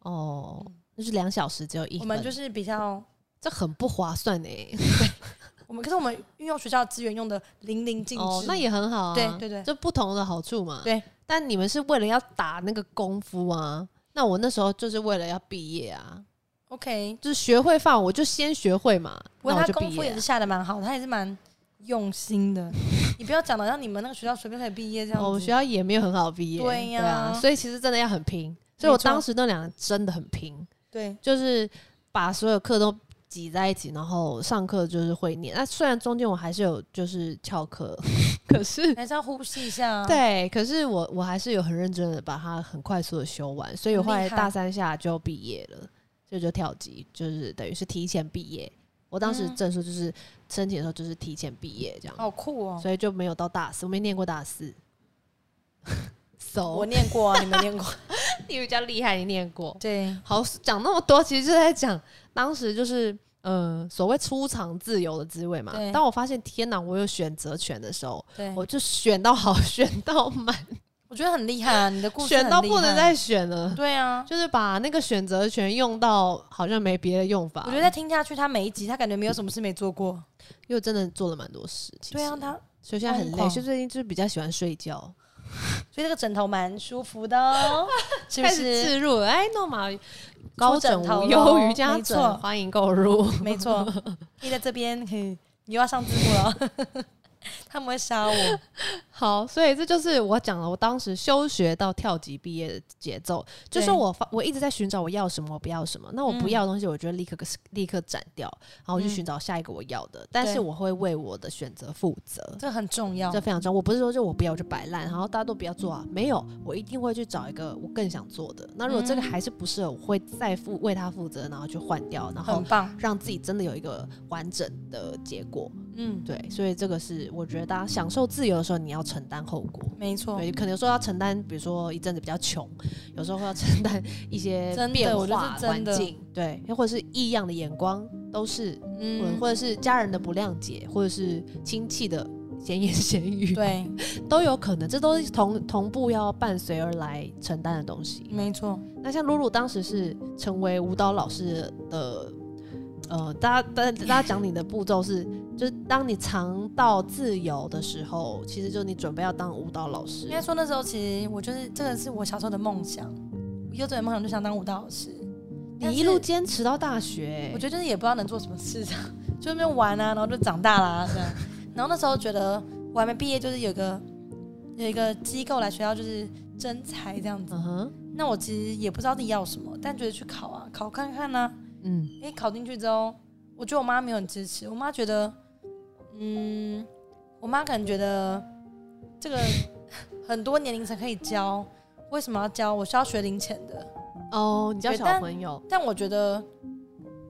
[SPEAKER 1] 哦，那是两小时只有一分，
[SPEAKER 2] 嗯我们就是比较
[SPEAKER 1] 这很不划算哎、
[SPEAKER 2] 欸 我们，可是我们运用学校资源用的淋漓尽致。
[SPEAKER 1] 哦，那也很好啊。
[SPEAKER 2] 对对对
[SPEAKER 1] 就不同的好处嘛。
[SPEAKER 2] 对，
[SPEAKER 1] 但你们是为了要打那个功夫啊。那我那时候就是为了要毕业啊，
[SPEAKER 2] OK。
[SPEAKER 1] 就是学会放，我就先学会嘛。
[SPEAKER 2] 不
[SPEAKER 1] 那
[SPEAKER 2] 过
[SPEAKER 1] 我
[SPEAKER 2] 他
[SPEAKER 1] 就
[SPEAKER 2] 功
[SPEAKER 1] 毕
[SPEAKER 2] 夫
[SPEAKER 1] 业
[SPEAKER 2] 也
[SPEAKER 1] 啊、
[SPEAKER 2] 是下的蛮好，他也是蛮用心 的。你不要讲的像你们那个学校随便可以毕业这样子。
[SPEAKER 1] 哦我们学校也没有很好毕业，
[SPEAKER 2] 对呀
[SPEAKER 1] 啊所以其实真的要很拼。所以我
[SPEAKER 2] 没错
[SPEAKER 1] 当时那两年真的很拼，
[SPEAKER 2] 对
[SPEAKER 1] 就是把所有课都挤在一起，然后上课就是会念。那虽然中间我还是有就是翘课， 可是
[SPEAKER 2] 还是要呼吸一下、啊。，
[SPEAKER 1] 对，可是我我还是有很认真的把它很快速的修完，所以我
[SPEAKER 2] 很
[SPEAKER 1] 后
[SPEAKER 2] 厉
[SPEAKER 1] 来
[SPEAKER 2] 害
[SPEAKER 1] 大三下就毕业了，所以就跳级，就是等于是提前毕业。我当时
[SPEAKER 2] 嗯
[SPEAKER 1] 证书就是申请的时候就是提前毕业这样，
[SPEAKER 2] 好酷哦！
[SPEAKER 1] 所以就没有到大四，我没念过大四。
[SPEAKER 2] 我
[SPEAKER 1] 熟，
[SPEAKER 2] 念过、啊，你没 念过？
[SPEAKER 1] 你比较厉害，你念过。
[SPEAKER 2] 对，
[SPEAKER 1] 好，讲那么多，其实就在讲当时就是呃所谓出场自由的滋味嘛
[SPEAKER 2] 对。
[SPEAKER 1] 当我发现天哪，我有选择权的时候，
[SPEAKER 2] 对，
[SPEAKER 1] 我
[SPEAKER 2] 我
[SPEAKER 1] 就选到好， 选到满。
[SPEAKER 2] 我觉得很厉害啊，你的故事
[SPEAKER 1] 选到
[SPEAKER 2] 很厉
[SPEAKER 1] 不能
[SPEAKER 2] 害
[SPEAKER 1] 再选了，
[SPEAKER 2] 对啊。
[SPEAKER 1] 就是把那个选择权用到好像没别的用法。
[SPEAKER 2] 我觉得再听下去，他每一集他感觉没有什么事没做过。
[SPEAKER 1] 因为真的做了蛮多事，其实
[SPEAKER 2] 对啊，，他
[SPEAKER 1] 所以现在很
[SPEAKER 2] 疯
[SPEAKER 1] 累，
[SPEAKER 2] 狂
[SPEAKER 1] 所以最近就是比较喜欢睡觉，
[SPEAKER 2] 所以这个枕头蛮舒服的 哦，是不
[SPEAKER 1] 开始
[SPEAKER 2] 是？
[SPEAKER 1] 置入了。哎，诺玛高枕
[SPEAKER 2] 枕头
[SPEAKER 1] 无
[SPEAKER 2] 喽
[SPEAKER 1] 忧瑜伽
[SPEAKER 2] 没
[SPEAKER 1] 枕
[SPEAKER 2] 错，
[SPEAKER 1] 欢迎购入。
[SPEAKER 2] 没 错，可以在这边，可以你又要上字幕了， 他们会杀我。
[SPEAKER 1] 好，所以这就是我讲了，我当时休学到跳级毕业的节奏，就
[SPEAKER 2] 对
[SPEAKER 1] 是我发我一直在寻找我要什么，我不要什么。那我不
[SPEAKER 2] 嗯
[SPEAKER 1] 要的东西，我就立刻立刻斩掉，然后我去
[SPEAKER 2] 嗯
[SPEAKER 1] 寻找下一个我要的。但
[SPEAKER 2] 对
[SPEAKER 1] 是我会为我的选择负责。
[SPEAKER 2] 这很重要
[SPEAKER 1] 这。非常重要。我不是说就我不要就摆烂，然后大家都不要做啊，没有，我一定会去找一个我更想做的。那如果这个
[SPEAKER 2] 嗯
[SPEAKER 1] 还是不适合，我会再负为他负责，然后去换掉，然后
[SPEAKER 2] 很棒，
[SPEAKER 1] 让自己真的有一个完整的结果。
[SPEAKER 2] 嗯，
[SPEAKER 1] 对，所以这个是我觉得大家享受自由的时候，你要承担后果。
[SPEAKER 2] 没错，
[SPEAKER 1] 对，可能说要承担，比如说一阵子比较穷，有时候会要承 担一些
[SPEAKER 2] 真的
[SPEAKER 1] 变
[SPEAKER 2] 我觉得
[SPEAKER 1] 化
[SPEAKER 2] 是
[SPEAKER 1] 环
[SPEAKER 2] 真的
[SPEAKER 1] 境，对，或者是异样的眼光，都是，
[SPEAKER 2] 嗯，
[SPEAKER 1] 或者是家人的不谅解，或者是亲戚的闲言 闲语，
[SPEAKER 2] 对，
[SPEAKER 1] 都有可能，这都是同同步要伴随而来承担的东西。
[SPEAKER 2] 没错，
[SPEAKER 1] 那像露露当时是成为舞蹈老师的，呃，大家大家大家讲你的步骤是，就是当你尝到自由的时候，其实就是你准备要当舞蹈老 师
[SPEAKER 2] 应。该说那时候其实我就是这个是我小时候的梦想，我幼稚园梦想就想当舞蹈老师。但
[SPEAKER 1] 你
[SPEAKER 2] 是
[SPEAKER 1] 一路坚持到大学、
[SPEAKER 2] 我觉得就是也不知道能做什么事，这样就在那边玩啊，然后就长大啦、这样。然后那时候觉得我还没毕业，就是有一个有一个机构来学校就是征才这样子。
[SPEAKER 1] 嗯哼，
[SPEAKER 2] 那我其实也不知道自己要什么，但觉得去考啊，考看看呢、
[SPEAKER 1] 嗯，
[SPEAKER 2] 诶，考进去之后，我觉得我妈没有很支持，我妈觉得，嗯，我妈可能觉得这个 很多年龄层可以教，为什么要教？我是要学零钱的。
[SPEAKER 1] 哦，你教
[SPEAKER 2] 对
[SPEAKER 1] 小
[SPEAKER 2] 但
[SPEAKER 1] 朋友，
[SPEAKER 2] 但我觉得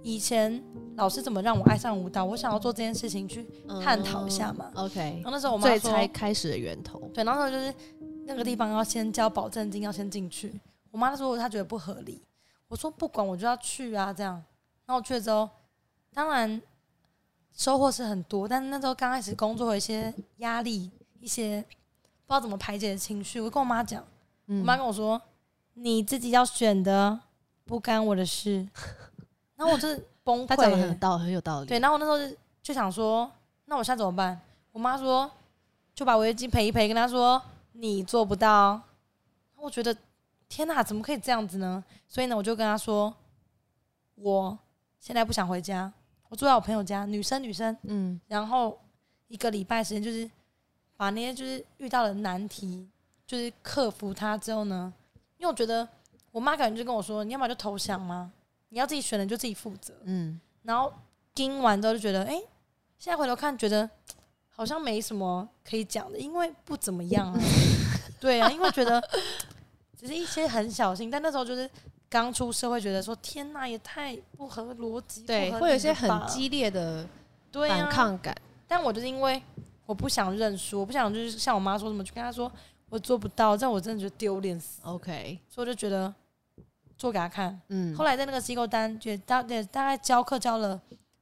[SPEAKER 2] 以前老师怎么让我爱上舞蹈，我想要做这件事情去探讨一下嘛。
[SPEAKER 1] 嗯 OK，
[SPEAKER 2] 然后那时候我
[SPEAKER 1] 所
[SPEAKER 2] 妈
[SPEAKER 1] 以
[SPEAKER 2] 说，
[SPEAKER 1] 才开始的源头。
[SPEAKER 2] 对，然后那时候就是那个地方要先交保证金，要先进去。我妈说她觉得不合理，我说不管，我就要去啊，这样。然后我去了之后，当然收获是很多，但是那时候刚开始工作有一些压力，一些不知道怎么排解的情绪。我跟我妈讲，
[SPEAKER 1] 嗯
[SPEAKER 2] 我妈跟我说：“你自己要选的，不干我 的事。”然后我就是崩
[SPEAKER 1] 他
[SPEAKER 2] 溃
[SPEAKER 1] 讲的很有
[SPEAKER 2] 了。
[SPEAKER 1] 道很有道理。
[SPEAKER 2] 对，然后我那时候就就想说：“那我现在怎么办？”我妈说：“就把违约金赔一赔，跟她说你做不到。”我觉得天哪，怎么可以这样子呢？所以呢，我就跟她说：“我现在不想回家，我住在我朋友家，女生女生。
[SPEAKER 1] 嗯，
[SPEAKER 2] 然后一个礼拜时间就是把那些就是遇到的难题，就是克服它之后呢，因为我觉得我妈感觉就跟我说，你要么就投降嘛，你要自己选的就自己负责。
[SPEAKER 1] 嗯，
[SPEAKER 2] 然后听完之后就觉得，哎、现在回头看觉得好像没什么可以讲的，因为不怎么 样啊。对啊，因为觉得只是一些很小心，但那时候就是刚出社会，觉得说天呐，也太不合逻辑，
[SPEAKER 1] 对，
[SPEAKER 2] 不合
[SPEAKER 1] 会有一
[SPEAKER 2] 理
[SPEAKER 1] 些
[SPEAKER 2] 了
[SPEAKER 1] 很
[SPEAKER 2] 吧
[SPEAKER 1] 激烈的
[SPEAKER 2] 对啊
[SPEAKER 1] 反抗感。
[SPEAKER 2] 但我就是因为我不想认输，我不想就是像我妈说什么，去跟她说我做不到，这样我真的觉得丢脸死，
[SPEAKER 1] OK，
[SPEAKER 2] 所以我就觉得做给他看。
[SPEAKER 1] 嗯
[SPEAKER 2] 后来在那个机构单，也大也大概教课教了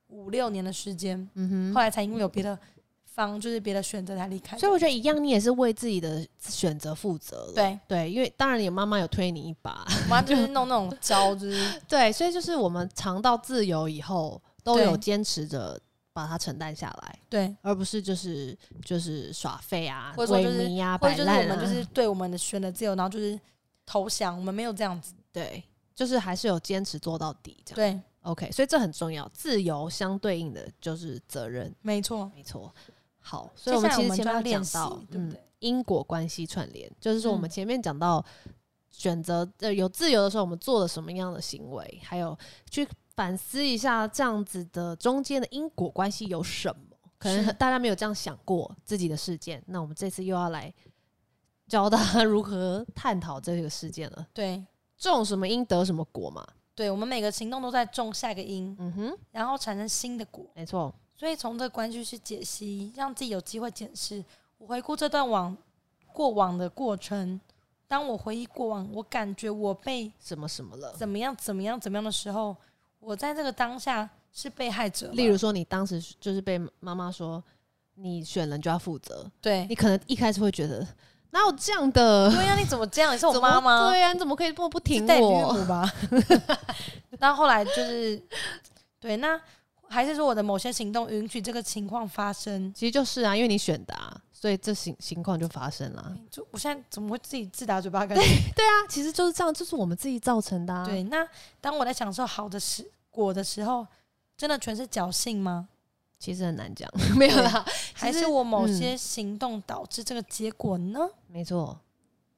[SPEAKER 2] 五六年的时间，
[SPEAKER 1] 嗯
[SPEAKER 2] 后来才因为有别的方，就是别的选择才离开
[SPEAKER 1] 哼，。所以我觉得一样，你也是为自己的选择负责了。
[SPEAKER 2] 对，
[SPEAKER 1] 对，因为当然你妈妈有推你一 把，
[SPEAKER 2] 我妈就是弄那种 招，就是
[SPEAKER 1] 对，所以就是我们尝到自由以后，都
[SPEAKER 2] 对
[SPEAKER 1] 有坚持着把它承担下来，
[SPEAKER 2] 对，
[SPEAKER 1] 而不是就是就是耍废啊、
[SPEAKER 2] 或者说
[SPEAKER 1] 萎
[SPEAKER 2] 就是
[SPEAKER 1] 靡啊、
[SPEAKER 2] 或
[SPEAKER 1] 摆
[SPEAKER 2] 者就是我
[SPEAKER 1] 烂
[SPEAKER 2] 们
[SPEAKER 1] 啊，
[SPEAKER 2] 就是对我们的选择自由，然后就是投降，我们没有这样子。
[SPEAKER 1] 对，就是还是有坚持做到底这样。
[SPEAKER 2] 对，
[SPEAKER 1] OK，所以这很重要，自由相对应的就是责任，
[SPEAKER 2] 没错。
[SPEAKER 1] 没错。好，所以我们
[SPEAKER 2] 接下
[SPEAKER 1] 其实
[SPEAKER 2] 来我们
[SPEAKER 1] 前
[SPEAKER 2] 就
[SPEAKER 1] 面
[SPEAKER 2] 要
[SPEAKER 1] 有
[SPEAKER 2] 练
[SPEAKER 1] 讲
[SPEAKER 2] 习
[SPEAKER 1] 到，，
[SPEAKER 2] 对不
[SPEAKER 1] 嗯
[SPEAKER 2] 对，？
[SPEAKER 1] 因果关系串联，就是说我们
[SPEAKER 2] 嗯
[SPEAKER 1] 前面讲到选择呃有自由的时候，我们做了什么样的行为，还有去反思一下这样子的中间的因果关系有什么。可能
[SPEAKER 2] 是
[SPEAKER 1] 大家没有这样想过自己的事件，那我们这次又要来教大家 如何探讨这个事件了。
[SPEAKER 2] 对，
[SPEAKER 1] 种什么因得什么果嘛，
[SPEAKER 2] 对，我们每个行动都在种下一个因，
[SPEAKER 1] 嗯哼，
[SPEAKER 2] 然后产生新的果。
[SPEAKER 1] 没错，
[SPEAKER 2] 所以从这个关系去解析，让自己有机会检视。我回顾这段往过往的过程，当我回忆过往，我感觉我被
[SPEAKER 1] 什么什么了。
[SPEAKER 2] 怎么样、怎么样、怎么样的时候，我在这个当下是被害者吗。
[SPEAKER 1] 例如说，你当时就是被妈妈说你选人就要负责，
[SPEAKER 2] 对
[SPEAKER 1] 你可能一开始会觉得哪有这样的，
[SPEAKER 2] 对呀、你怎么这样？你是我
[SPEAKER 1] 怎么
[SPEAKER 2] 妈妈，
[SPEAKER 1] 对呀、啊你怎么可以这么不
[SPEAKER 2] 是
[SPEAKER 1] 听
[SPEAKER 2] 代理
[SPEAKER 1] 我
[SPEAKER 2] 孕？母吧？ 那后来就是对，那还是说我的某些行动允许这个情况发生。
[SPEAKER 1] 其实就是啊，因为你选的、啊，所以这情情况就发生了啊。
[SPEAKER 2] 就我现在怎么会自己自打嘴巴？感觉
[SPEAKER 1] 对啊，其实就是这样，就是我们自己造成的、啊。，
[SPEAKER 2] 对，那当我在享受好的时果的时候，真的全是侥幸吗？
[SPEAKER 1] 其实很难讲， 没有啦，
[SPEAKER 2] 还
[SPEAKER 1] 其
[SPEAKER 2] 是
[SPEAKER 1] 实嗯
[SPEAKER 2] 我某些行动导致这个结果呢？
[SPEAKER 1] 没错。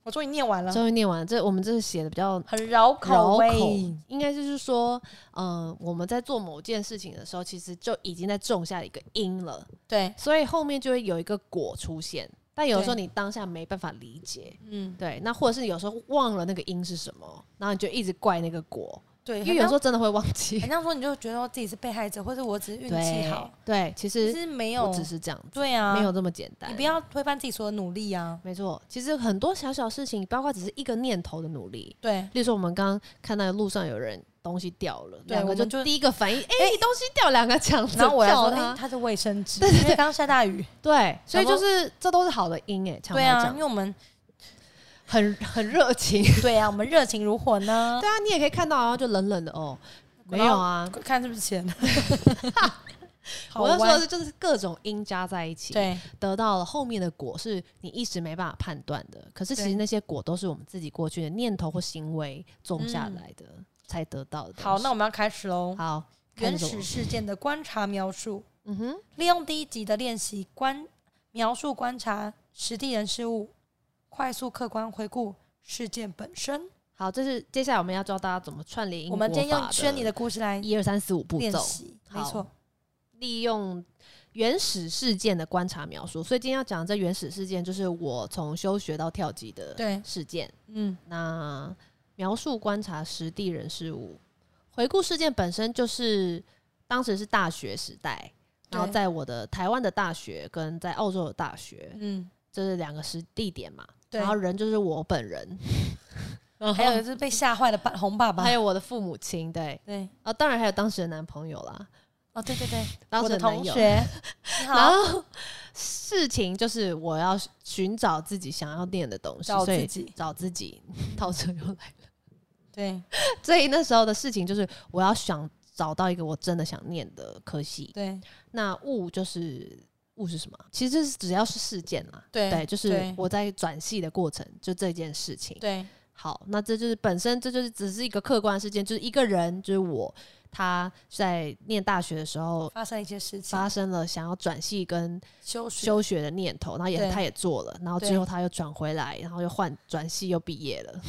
[SPEAKER 2] 我终于念完了，
[SPEAKER 1] 终于念完了，这我们这是写的比较
[SPEAKER 2] 很绕口味。
[SPEAKER 1] 绕口应该就是说，嗯，我们在做某件事情的时候，其实就已经在种下一个因了。
[SPEAKER 2] 对，
[SPEAKER 1] 所以后面就会有一个果出现。但有的时候
[SPEAKER 2] 对
[SPEAKER 1] 你当下没办法理解，
[SPEAKER 2] 嗯，
[SPEAKER 1] 对，那或者是有时候忘了那个因是什么，然后你就一直怪那个果，
[SPEAKER 2] 对，
[SPEAKER 1] 因
[SPEAKER 2] 很
[SPEAKER 1] 为有时
[SPEAKER 2] 像
[SPEAKER 1] 候真的会忘记
[SPEAKER 2] 很。像说，你就觉得自己是被害者，或者我只是运气
[SPEAKER 1] 对
[SPEAKER 2] 好，，
[SPEAKER 1] 对，其
[SPEAKER 2] 其
[SPEAKER 1] 实
[SPEAKER 2] 实没有
[SPEAKER 1] 不，只是这样子，
[SPEAKER 2] 对啊，
[SPEAKER 1] 没有，这么简单。
[SPEAKER 2] 你不，要推翻自己所有努力啊。
[SPEAKER 1] 没错，其实很多小小事情，包括只是一个念头的努力，
[SPEAKER 2] 对，
[SPEAKER 1] 例如说我们刚刚看到路上有人东西掉了，
[SPEAKER 2] 对
[SPEAKER 1] 两个
[SPEAKER 2] 我们就
[SPEAKER 1] 第一个反应，哎，你东西掉，两个抢着
[SPEAKER 2] 然后我来
[SPEAKER 1] 叫
[SPEAKER 2] 说，哎，
[SPEAKER 1] 他，
[SPEAKER 2] 它是卫生纸，因为刚刚下大雨。
[SPEAKER 1] 对，所以
[SPEAKER 2] 想
[SPEAKER 1] 就
[SPEAKER 2] 说
[SPEAKER 1] 是这都是好的因，哎，常
[SPEAKER 2] 对
[SPEAKER 1] 常
[SPEAKER 2] 啊，因
[SPEAKER 1] 讲
[SPEAKER 2] 为我们
[SPEAKER 1] 很很热情。
[SPEAKER 2] 对啊，我们热情如火呢
[SPEAKER 1] 对。啊，你也可以看到，然后就冷冷的哦，没有啊。
[SPEAKER 2] 看是不是 钱？好
[SPEAKER 1] 我要说
[SPEAKER 2] 歪
[SPEAKER 1] 的是，就是各种因加在一起，
[SPEAKER 2] 对
[SPEAKER 1] 得到了后面的果是你一时没办法判断的。可是其实
[SPEAKER 2] 对
[SPEAKER 1] 那些果都是我们自己过去的念头或行为种下
[SPEAKER 2] 嗯
[SPEAKER 1] 来的，才得到的东西。
[SPEAKER 2] 好，那我们要开始喽。
[SPEAKER 1] 好，
[SPEAKER 2] 原
[SPEAKER 1] 看什么
[SPEAKER 2] 始事件的观察描述，
[SPEAKER 1] 嗯哼，
[SPEAKER 2] 利用第一集的练习观描述观察实地人事物，快速客观回顾事件本身。
[SPEAKER 1] 好，这是接下来我们要教大家怎么串联因
[SPEAKER 2] 我
[SPEAKER 1] 果
[SPEAKER 2] 们今天
[SPEAKER 1] 法
[SPEAKER 2] 用圈你
[SPEAKER 1] 的
[SPEAKER 2] 的故事来
[SPEAKER 1] 一二三四五步
[SPEAKER 2] 练
[SPEAKER 1] 骤，
[SPEAKER 2] 习，
[SPEAKER 1] 好
[SPEAKER 2] 没错，
[SPEAKER 1] 利用原始事件的观察描述。所以今天要讲的这原始事件，就是我从休学到跳级的
[SPEAKER 2] 对
[SPEAKER 1] 事件。
[SPEAKER 2] 嗯，
[SPEAKER 1] 那描述观察实地人事物，回顾事件本身就是当时是大学时代，
[SPEAKER 2] 对
[SPEAKER 1] 然后在我的台湾的大学跟在澳洲的大学，
[SPEAKER 2] 嗯，
[SPEAKER 1] 这是两个时地点嘛。
[SPEAKER 2] 对
[SPEAKER 1] 然后人就是我本 人，
[SPEAKER 2] 还有就是被吓坏的爸红爸爸
[SPEAKER 1] 还，有我的父母亲，对，
[SPEAKER 2] 对，
[SPEAKER 1] 啊，当然还有当时的男朋友啦，
[SPEAKER 2] 哦，对对对，
[SPEAKER 1] 当
[SPEAKER 2] 我
[SPEAKER 1] 时
[SPEAKER 2] 的
[SPEAKER 1] 男
[SPEAKER 2] 同
[SPEAKER 1] 友。
[SPEAKER 2] 学，你
[SPEAKER 1] 然
[SPEAKER 2] 好，
[SPEAKER 1] 后事情就是我要寻找自己想要念的东西，
[SPEAKER 2] 找
[SPEAKER 1] 所以
[SPEAKER 2] 自己
[SPEAKER 1] 找自己， 到这又来了。
[SPEAKER 2] 对
[SPEAKER 1] 所以那时候的事情就是，我要想找到一个我真的想念的科系。
[SPEAKER 2] 对
[SPEAKER 1] 那物就是物是什么？啊其实是只要是事件啦，
[SPEAKER 2] 对
[SPEAKER 1] 对，就是
[SPEAKER 2] 对
[SPEAKER 1] 我在转系的过程，就这件事情。
[SPEAKER 2] 对
[SPEAKER 1] 好，那这就是本身这就是只是一个客观事件，就是一个人，就是我，他在念大学的时候。
[SPEAKER 2] 发生了一些事情，
[SPEAKER 1] 发生了想要转系跟
[SPEAKER 2] 休学，
[SPEAKER 1] 休学的念头，然后也
[SPEAKER 2] 对
[SPEAKER 1] 他也做了，然后
[SPEAKER 2] 对
[SPEAKER 1] 之后他又转回来，然后又换转系又毕业了，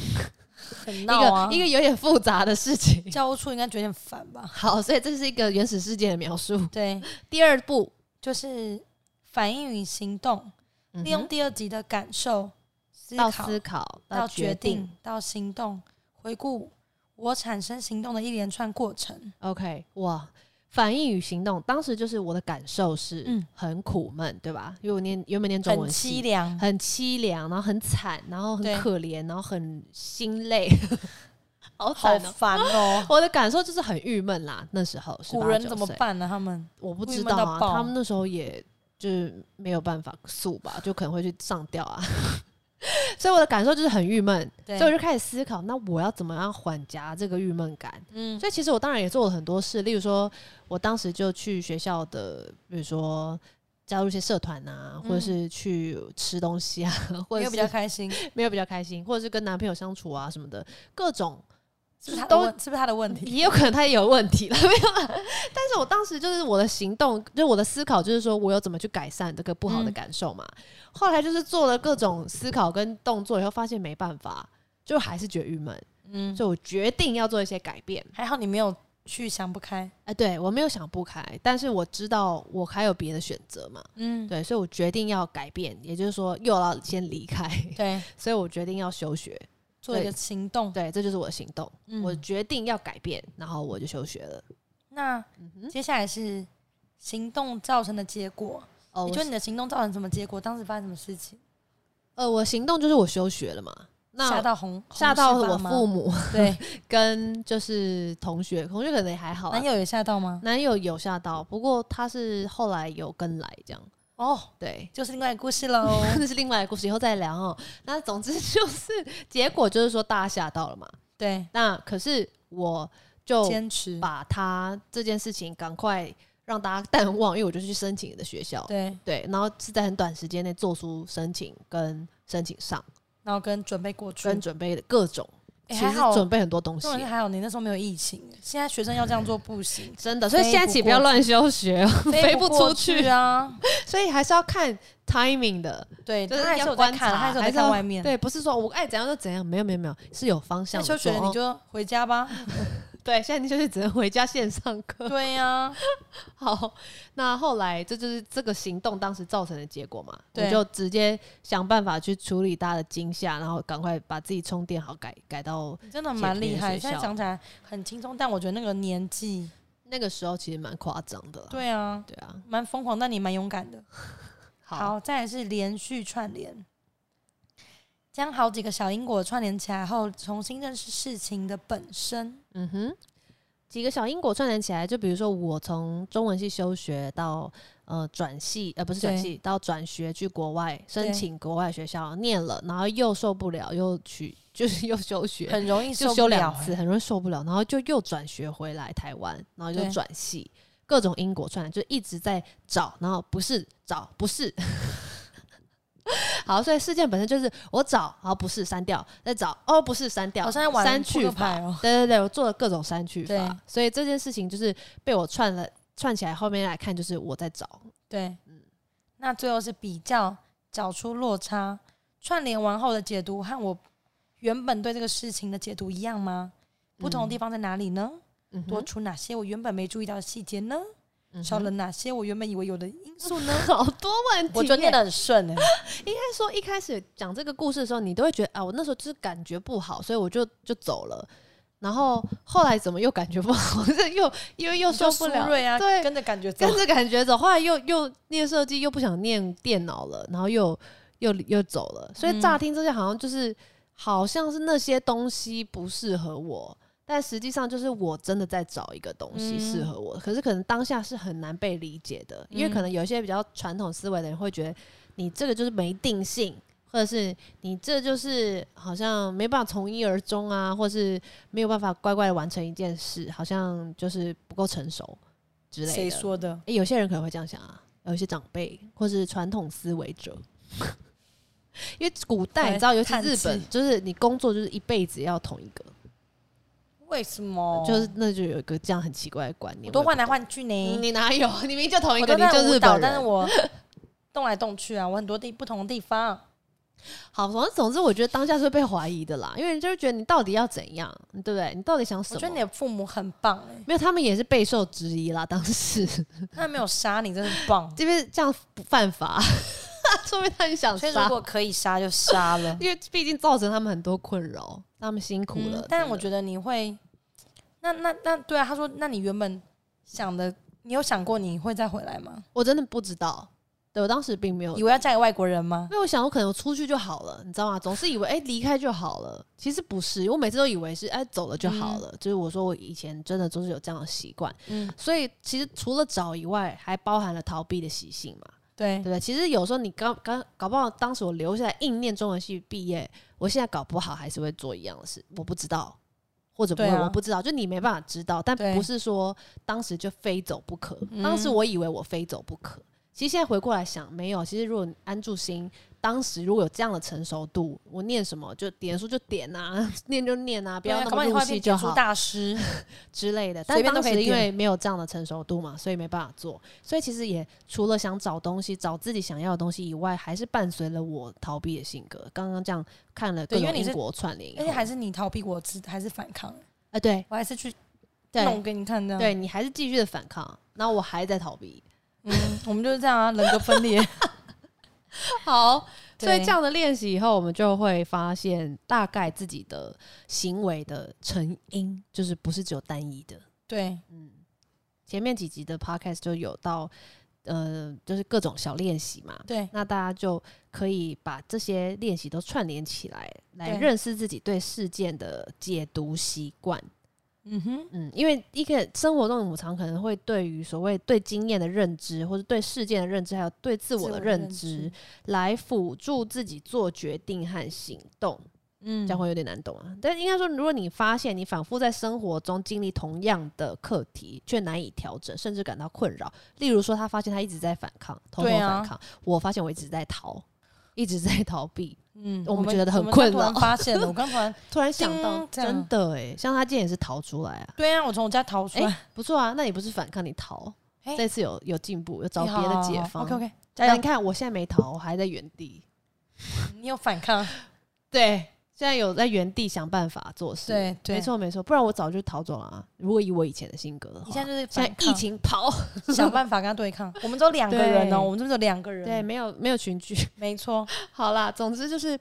[SPEAKER 2] 很
[SPEAKER 1] 一
[SPEAKER 2] 闹啊
[SPEAKER 1] 个，一个有点复杂的事情。
[SPEAKER 2] 教务处应该觉得很烦吧？
[SPEAKER 1] 好，所以这是一个原始世界的描述。
[SPEAKER 2] 对，
[SPEAKER 1] 第二步，
[SPEAKER 2] 就是反应与行动，利用第二集的感受、嗯思
[SPEAKER 1] 嗯到
[SPEAKER 2] 考
[SPEAKER 1] 思考
[SPEAKER 2] 到决
[SPEAKER 1] 决定
[SPEAKER 2] 定。到行动，回顾我产生行动的一连串过程。
[SPEAKER 1] OK，哇，反应与行动，当时就是我的感受是
[SPEAKER 2] 嗯
[SPEAKER 1] 很苦闷，对吧？因为我念原本念
[SPEAKER 2] 很
[SPEAKER 1] 中文系
[SPEAKER 2] 凄凉，
[SPEAKER 1] 很凄凉，然后很惨，然后很
[SPEAKER 2] 对
[SPEAKER 1] 可怜，然后很心累。 好
[SPEAKER 2] 好
[SPEAKER 1] 惨哦、
[SPEAKER 2] 烦 哦。
[SPEAKER 1] 我的感受就是很郁闷啦，那时候
[SPEAKER 2] 古人怎么？
[SPEAKER 1] 18 19岁
[SPEAKER 2] 办呢、啊他们
[SPEAKER 1] 我不
[SPEAKER 2] 会
[SPEAKER 1] 知
[SPEAKER 2] 闷
[SPEAKER 1] 道
[SPEAKER 2] 到
[SPEAKER 1] 啊，
[SPEAKER 2] 爆
[SPEAKER 1] 他们那时候也就是没有办法诉吧，就可能会去上吊啊。 所以我的感受就是很郁闷，
[SPEAKER 2] 对
[SPEAKER 1] 所以我就开始思考，那我要怎么样缓夹这个郁闷感？
[SPEAKER 2] 嗯
[SPEAKER 1] 所以其实我当然也做了很多事，例如说，我当时就去学校的，比如说加入一些社团啊，或者是去吃东西啊，或者
[SPEAKER 2] 因为
[SPEAKER 1] 是
[SPEAKER 2] 嗯比较开心，
[SPEAKER 1] 没有比较开心，或者是跟男朋友相处啊什么的，各种
[SPEAKER 2] 是不是他的
[SPEAKER 1] 都
[SPEAKER 2] 问？是不是他的 问题？
[SPEAKER 1] 也有可能他也有问题了，没 有啦。但是我当时就是我的行动，就是我的思考，就是说我有怎么去改善这个不好的
[SPEAKER 2] 嗯
[SPEAKER 1] 感受嘛。后来就是做了各种思考跟动作以后，发现没办法，就还是觉得郁闷，
[SPEAKER 2] 嗯，
[SPEAKER 1] 所以我决定要做一些改变。
[SPEAKER 2] 还好你没有去想不开。
[SPEAKER 1] 哎、对我没有想不开，但是我知道我还有别的选择嘛，
[SPEAKER 2] 嗯，
[SPEAKER 1] 对，所以我决定要改变，也就是说又要先离开，
[SPEAKER 2] 对，
[SPEAKER 1] 所以我决定要休学。
[SPEAKER 2] 做一
[SPEAKER 1] 对
[SPEAKER 2] 个行动。
[SPEAKER 1] 对，这就是我的行动，
[SPEAKER 2] 嗯
[SPEAKER 1] 我决定要改变，然后我就休学了。
[SPEAKER 2] 那
[SPEAKER 1] 嗯哼，
[SPEAKER 2] 接下来是行动造成的结果。
[SPEAKER 1] 哦，我
[SPEAKER 2] 你觉得你的行动造成什么结果？当时发生什么事情？
[SPEAKER 1] 呃，我行动就是我休学了嘛，那
[SPEAKER 2] 吓到红，
[SPEAKER 1] 吓到我父
[SPEAKER 2] 母。
[SPEAKER 1] 母
[SPEAKER 2] 对，
[SPEAKER 1] 跟就是同学，同学可能也还好啊、
[SPEAKER 2] 男友也吓到吗？
[SPEAKER 1] 男友有吓到，不过他是后来有跟来这样，
[SPEAKER 2] 哦，
[SPEAKER 1] 对。
[SPEAKER 2] 就是另外一个故事喽。
[SPEAKER 1] 那是另外一个故事，以后再聊哦。那总之就是结果就是说大家吓到了嘛。
[SPEAKER 2] 对，
[SPEAKER 1] 那可是我就
[SPEAKER 2] 坚持。
[SPEAKER 1] 把他这件事情赶快让大家淡忘，因为我就去申请的学校，
[SPEAKER 2] 对，
[SPEAKER 1] 对，然后是在很短时间内做出申请跟申请上，
[SPEAKER 2] 然后跟准备过去。
[SPEAKER 1] 跟准备的各种
[SPEAKER 2] 诶
[SPEAKER 1] 其
[SPEAKER 2] 哎还
[SPEAKER 1] 实
[SPEAKER 2] 好
[SPEAKER 1] 准备很多东西，
[SPEAKER 2] 重，点是还好你那时候没有疫情，现在学生要这样做不 行
[SPEAKER 1] 真的。所以
[SPEAKER 2] 飞
[SPEAKER 1] 现在
[SPEAKER 2] 不
[SPEAKER 1] 起不
[SPEAKER 2] 过
[SPEAKER 1] 要
[SPEAKER 2] 去
[SPEAKER 1] 乱休学哦， 飞不
[SPEAKER 2] 不
[SPEAKER 1] 出
[SPEAKER 2] 过
[SPEAKER 1] 去
[SPEAKER 2] 去啊。
[SPEAKER 1] 所以还是要看 timing 的，
[SPEAKER 2] 对，
[SPEAKER 1] 就是
[SPEAKER 2] 他还是
[SPEAKER 1] 要
[SPEAKER 2] 有在
[SPEAKER 1] 观
[SPEAKER 2] 看，
[SPEAKER 1] 察，
[SPEAKER 2] 他还是有在
[SPEAKER 1] 要
[SPEAKER 2] 看外面。，
[SPEAKER 1] 对，不是说我爱怎样就怎样，没有没有没有，是有方向
[SPEAKER 2] 那
[SPEAKER 1] 的
[SPEAKER 2] 休
[SPEAKER 1] 说。哦
[SPEAKER 2] 学了你就回 家吧。
[SPEAKER 1] 对，现在你休学只能回家线上课。
[SPEAKER 2] 对啊呀，
[SPEAKER 1] 好，那后来这就是这个行动当时造成的结果嘛，我
[SPEAKER 2] 对
[SPEAKER 1] 就直接想办法去处理大家的惊吓，然后赶快把自己充电好，改改到
[SPEAKER 2] 你真的蛮厉害。
[SPEAKER 1] 解决学校
[SPEAKER 2] 现在想起来很轻松，但我觉得那个年纪，
[SPEAKER 1] 那个时候其实蛮夸张的啦。
[SPEAKER 2] 对啊，
[SPEAKER 1] 对啊，
[SPEAKER 2] 蛮疯狂，但你蛮勇敢的。
[SPEAKER 1] 好，
[SPEAKER 2] 好，再来是连续串联，将好几个小因果串联起来后，重新认识事情的本身。
[SPEAKER 1] 嗯哼，几个小因果串联起来，就比如说我从中文系休学到呃转系，呃不是转
[SPEAKER 2] 对
[SPEAKER 1] 系，到转学去国外申
[SPEAKER 2] 对
[SPEAKER 1] 请国外学校念了，然后又受不了，又去就是又休学，
[SPEAKER 2] 很容易
[SPEAKER 1] 就
[SPEAKER 2] 受
[SPEAKER 1] 修
[SPEAKER 2] 不
[SPEAKER 1] 两
[SPEAKER 2] 了欸
[SPEAKER 1] 次，很容易受不了，然后就又转学回来台湾，然后又
[SPEAKER 2] 对
[SPEAKER 1] 转系，各种因果串，就一直在找，然后不是找，不是。 好，所以事件本身就是我找，然后不是删掉，再找哦，不是删掉，
[SPEAKER 2] 好像在玩
[SPEAKER 1] 删
[SPEAKER 2] 扑
[SPEAKER 1] 去
[SPEAKER 2] 克
[SPEAKER 1] 法
[SPEAKER 2] 牌哦。
[SPEAKER 1] 对对对，我做了各种删去
[SPEAKER 2] 对
[SPEAKER 1] 法，所以这件事情就是被我串了串起来，后面来看就是我在找，
[SPEAKER 2] 对，
[SPEAKER 1] 嗯
[SPEAKER 2] 那最后是比较，找出落差，串联完后的解读和我原本对这个事情的解读一样吗？不同的地方在哪里呢？
[SPEAKER 1] 嗯嗯哼
[SPEAKER 2] 多出哪些我原本没注意到的细节呢？
[SPEAKER 1] 嗯哼
[SPEAKER 2] 少了哪些我原本以为有的因素呢？
[SPEAKER 1] 好多问题耶。
[SPEAKER 2] 我觉得念的很顺
[SPEAKER 1] 欸
[SPEAKER 2] 哎、
[SPEAKER 1] 但是说一开始讲这个故事的时候，你都会觉得啊，我那时候就是感觉不好，所以我就就走了。然后后来怎么又感觉不好， 这又因为又受不了，
[SPEAKER 2] 瑞啊，
[SPEAKER 1] 对，
[SPEAKER 2] 跟着感觉走
[SPEAKER 1] 跟。着感觉走。后来又又念设计，又不想念电脑了，然后又又又走了。所以
[SPEAKER 2] 嗯
[SPEAKER 1] 乍听之下好像就是好像是那些东西不适合我，但实际上就是我真的在找一个东西
[SPEAKER 2] 嗯
[SPEAKER 1] 适合我。可是可能当下是很难被理解的，因为
[SPEAKER 2] 嗯
[SPEAKER 1] 可能有一些比较传统思维的人会觉得你这个就是没定性。或者是你这就是好像没办法从一而终啊，或是没有办法乖乖的完成一件事，好像就是不够成熟之类的。
[SPEAKER 2] 谁说的？
[SPEAKER 1] 欸有些人可能会这样想啊，有一些长辈或是传统思维者， 因为古代你
[SPEAKER 2] 对
[SPEAKER 1] 知道，尤其
[SPEAKER 2] 叹
[SPEAKER 1] 日本
[SPEAKER 2] 气，
[SPEAKER 1] 就是你工作就是一辈子要同一个，
[SPEAKER 2] 为什么？
[SPEAKER 1] 就是那就有一个这样很奇怪的观念。
[SPEAKER 2] 哦我都
[SPEAKER 1] 我也
[SPEAKER 2] 换来换去
[SPEAKER 1] 不
[SPEAKER 2] 呢。
[SPEAKER 1] 你哪有？你明明就同一
[SPEAKER 2] 我
[SPEAKER 1] 个，
[SPEAKER 2] 都
[SPEAKER 1] 你
[SPEAKER 2] 在
[SPEAKER 1] 就
[SPEAKER 2] 舞
[SPEAKER 1] 日
[SPEAKER 2] 蹈，
[SPEAKER 1] 本
[SPEAKER 2] 但是
[SPEAKER 1] 人。
[SPEAKER 2] 我动来动去啊，我很多地不同的地方。啊
[SPEAKER 1] 好，反正总之，我觉得当下是会被怀疑的啦，因为人就会觉得你到底要怎样，对不对？你到底想什
[SPEAKER 2] 我觉得
[SPEAKER 1] 么？
[SPEAKER 2] 你的父母很棒哎、
[SPEAKER 1] 没有，他们也是备受质疑啦。当时。
[SPEAKER 2] 他没有杀你，真的很棒
[SPEAKER 1] 这边这样不犯法， 说明他很想
[SPEAKER 2] 所以如
[SPEAKER 1] 杀，，
[SPEAKER 2] 果可以杀就杀了
[SPEAKER 1] 因为毕竟造成他们很多困扰，他们辛苦了
[SPEAKER 2] 嗯。但
[SPEAKER 1] 真
[SPEAKER 2] 我
[SPEAKER 1] 的
[SPEAKER 2] 觉得你会，那那那对啊，他说，那你原本想的，你有想过你会再回来吗？
[SPEAKER 1] 我真的不知道，对我当时并没有
[SPEAKER 2] 以，为要嫁给外国人吗？
[SPEAKER 1] 因为我想我可能我出去就好了，你知道吗？总是以为哎离、开就好了，其实不是，我每次都以为是哎、走了就好了。就是我说我以前真的就是有这样的习惯，
[SPEAKER 2] 嗯，
[SPEAKER 1] 所以其实除了找以外，还包含了逃避的习性嘛，
[SPEAKER 2] 对
[SPEAKER 1] 对不，对？其实有时候你刚刚搞不好当时我留下来硬念中文系毕业，我现在搞不好还是会做一样的事，我不知道。或者不会，
[SPEAKER 2] 对啊
[SPEAKER 1] 我不知道，就你没办法知道，但
[SPEAKER 2] 对
[SPEAKER 1] 不是说当时就非走不可。
[SPEAKER 2] 嗯
[SPEAKER 1] 当时我以为我非走不可，其实现在回过来想，没有。其实如果你安住心，当时如果有这样的成熟度，我念什么就点书就点啊， 念就念啊，不
[SPEAKER 2] 对
[SPEAKER 1] 要
[SPEAKER 2] 啊
[SPEAKER 1] 那
[SPEAKER 2] 搞不
[SPEAKER 1] 么
[SPEAKER 2] 好你
[SPEAKER 1] 入
[SPEAKER 2] 会
[SPEAKER 1] 戏
[SPEAKER 2] 变
[SPEAKER 1] 就
[SPEAKER 2] 简书
[SPEAKER 1] 好。
[SPEAKER 2] 大师，
[SPEAKER 1] 之类的。
[SPEAKER 2] 随
[SPEAKER 1] 但
[SPEAKER 2] 便都
[SPEAKER 1] 当
[SPEAKER 2] 可以
[SPEAKER 1] 时因
[SPEAKER 2] 点
[SPEAKER 1] 为没有这样的成熟度嘛，所以没办法做。所以其实也除了想找东西、找自己想要的东西以外，还是伴随了我逃避的性格。刚刚这样看了各
[SPEAKER 2] 对因为
[SPEAKER 1] 种
[SPEAKER 2] 你是
[SPEAKER 1] 英国串联以后，
[SPEAKER 2] 而且还是你逃避我，是还是反抗，
[SPEAKER 1] 啊，对
[SPEAKER 2] 我还是去弄
[SPEAKER 1] 对
[SPEAKER 2] 给你看这样。
[SPEAKER 1] 对，你还是继续的反抗，然后我还在逃 避。
[SPEAKER 2] 嗯，我们就是这样啊，人格分 裂。
[SPEAKER 1] 好，所以
[SPEAKER 2] 对
[SPEAKER 1] 这样的练习以后，我们就会发现大概自己的行为的成因，就是不是只有单一的。
[SPEAKER 2] 对，
[SPEAKER 1] 嗯，前面几集的 podcast 就有到，呃，就是各种小练习嘛。
[SPEAKER 2] 对，
[SPEAKER 1] 那大家就可以把这些练习都串联起来，来
[SPEAKER 2] 对
[SPEAKER 1] 认识自己对事件的解读习惯。
[SPEAKER 2] 嗯哼，
[SPEAKER 1] 嗯，因为一个生活中，我们常可能会对于所谓对经验的认知，或者对事件的认知，还有对自我的认知，来辅助自己做决定和行动。
[SPEAKER 2] 嗯
[SPEAKER 1] 这样会有点难懂啊。但应该说，如果你发现你反复在生活中经历同样的课题，却难以调整，甚至感到困扰，例如说，他发现他一直在反抗，偷偷
[SPEAKER 2] 对啊
[SPEAKER 1] 反抗；我发现我一直在逃，一直在逃避。
[SPEAKER 2] 嗯，
[SPEAKER 1] 我们
[SPEAKER 2] 们
[SPEAKER 1] 觉得很
[SPEAKER 2] 我们
[SPEAKER 1] 困
[SPEAKER 2] 刚突然
[SPEAKER 1] 扰
[SPEAKER 2] 发现了，我刚 突然，
[SPEAKER 1] 突然想到
[SPEAKER 2] 叮，啊这样
[SPEAKER 1] 真的诶，像他今天也是逃出来啊，
[SPEAKER 2] 对啊，我从我家逃出来，
[SPEAKER 1] 不错啊。那你不是反抗，你逃。
[SPEAKER 2] 哎
[SPEAKER 1] 这次有有进步，有找别的解方。
[SPEAKER 2] OK OK，加
[SPEAKER 1] 那
[SPEAKER 2] 油
[SPEAKER 1] 你！看，我现在没逃，我还在原地。
[SPEAKER 2] 你有 反抗，
[SPEAKER 1] 对，现在有在原地想办法做事。
[SPEAKER 2] 对对，
[SPEAKER 1] 没。错没错，不然我早就逃走了啊！如果以我以前的性格的话，
[SPEAKER 2] 你现在就是
[SPEAKER 1] 现
[SPEAKER 2] 反
[SPEAKER 1] 在疫
[SPEAKER 2] 抗
[SPEAKER 1] 情跑，
[SPEAKER 2] 想办法跟他对 抗。我们只有两个人哦，
[SPEAKER 1] 对
[SPEAKER 2] 我们这边只有两个人。
[SPEAKER 1] 对，，没有没有群聚。
[SPEAKER 2] 没错，
[SPEAKER 1] 好啦，总之就是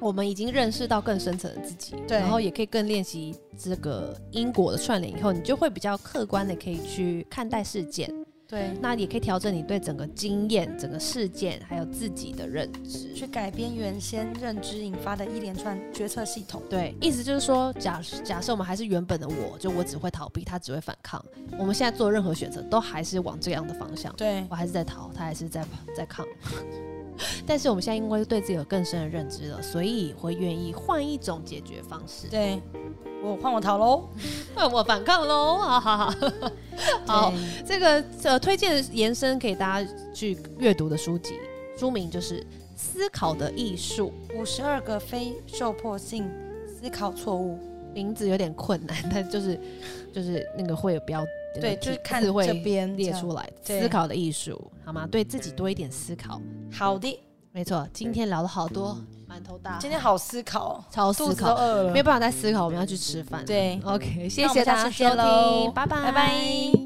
[SPEAKER 1] 我们已经认识到更深层的自己，
[SPEAKER 2] 对
[SPEAKER 1] 然后也可以更练习这个因果的串联，以后你就会比较客观的可以去看待事件，
[SPEAKER 2] 对，
[SPEAKER 1] 那也可以调整你对整个经验、整个事件还有自己的认知。
[SPEAKER 2] 去改变原先认知引发的一连串决策系统。
[SPEAKER 1] 对，意思就是说，假假设我们还是原本的我，就我只会逃避，他只会反抗。我们现在做任何选择，都还是往这样的方向。
[SPEAKER 2] 对
[SPEAKER 1] 我还是在逃，他还是在在抗。但是我们现在因为对自己有更深的认知了，所以会愿意换一种解决方式。
[SPEAKER 2] 对，我换我逃喽。
[SPEAKER 1] 换我反抗喽！哈哈哈。好，
[SPEAKER 2] 对，
[SPEAKER 1] 这个呃推荐延伸给大家去阅读的书籍，书名就是《思考的艺术
[SPEAKER 2] 五十二个非受迫性思考错误。》，
[SPEAKER 1] 名字有点困难，但就是就是那个会有标
[SPEAKER 2] 对，就是看
[SPEAKER 1] 字会
[SPEAKER 2] 这边
[SPEAKER 1] 列
[SPEAKER 2] 这样
[SPEAKER 1] 出来
[SPEAKER 2] 对
[SPEAKER 1] 思考的艺术，好吗？对自己多一点思考。
[SPEAKER 2] 好的，
[SPEAKER 1] 没错，今天聊了好多，满头大汗，
[SPEAKER 2] 今天好思考哦，
[SPEAKER 1] 超
[SPEAKER 2] 肚
[SPEAKER 1] 思
[SPEAKER 2] 子都
[SPEAKER 1] 考，
[SPEAKER 2] 饿了
[SPEAKER 1] 没有。办法再思考，我们要去吃饭。
[SPEAKER 2] 对
[SPEAKER 1] ，OK，谢
[SPEAKER 2] 那我
[SPEAKER 1] 谢
[SPEAKER 2] 们
[SPEAKER 1] 大
[SPEAKER 2] 下
[SPEAKER 1] 家
[SPEAKER 2] 次
[SPEAKER 1] 收
[SPEAKER 2] 见喽
[SPEAKER 1] 听，拜拜
[SPEAKER 2] 拜拜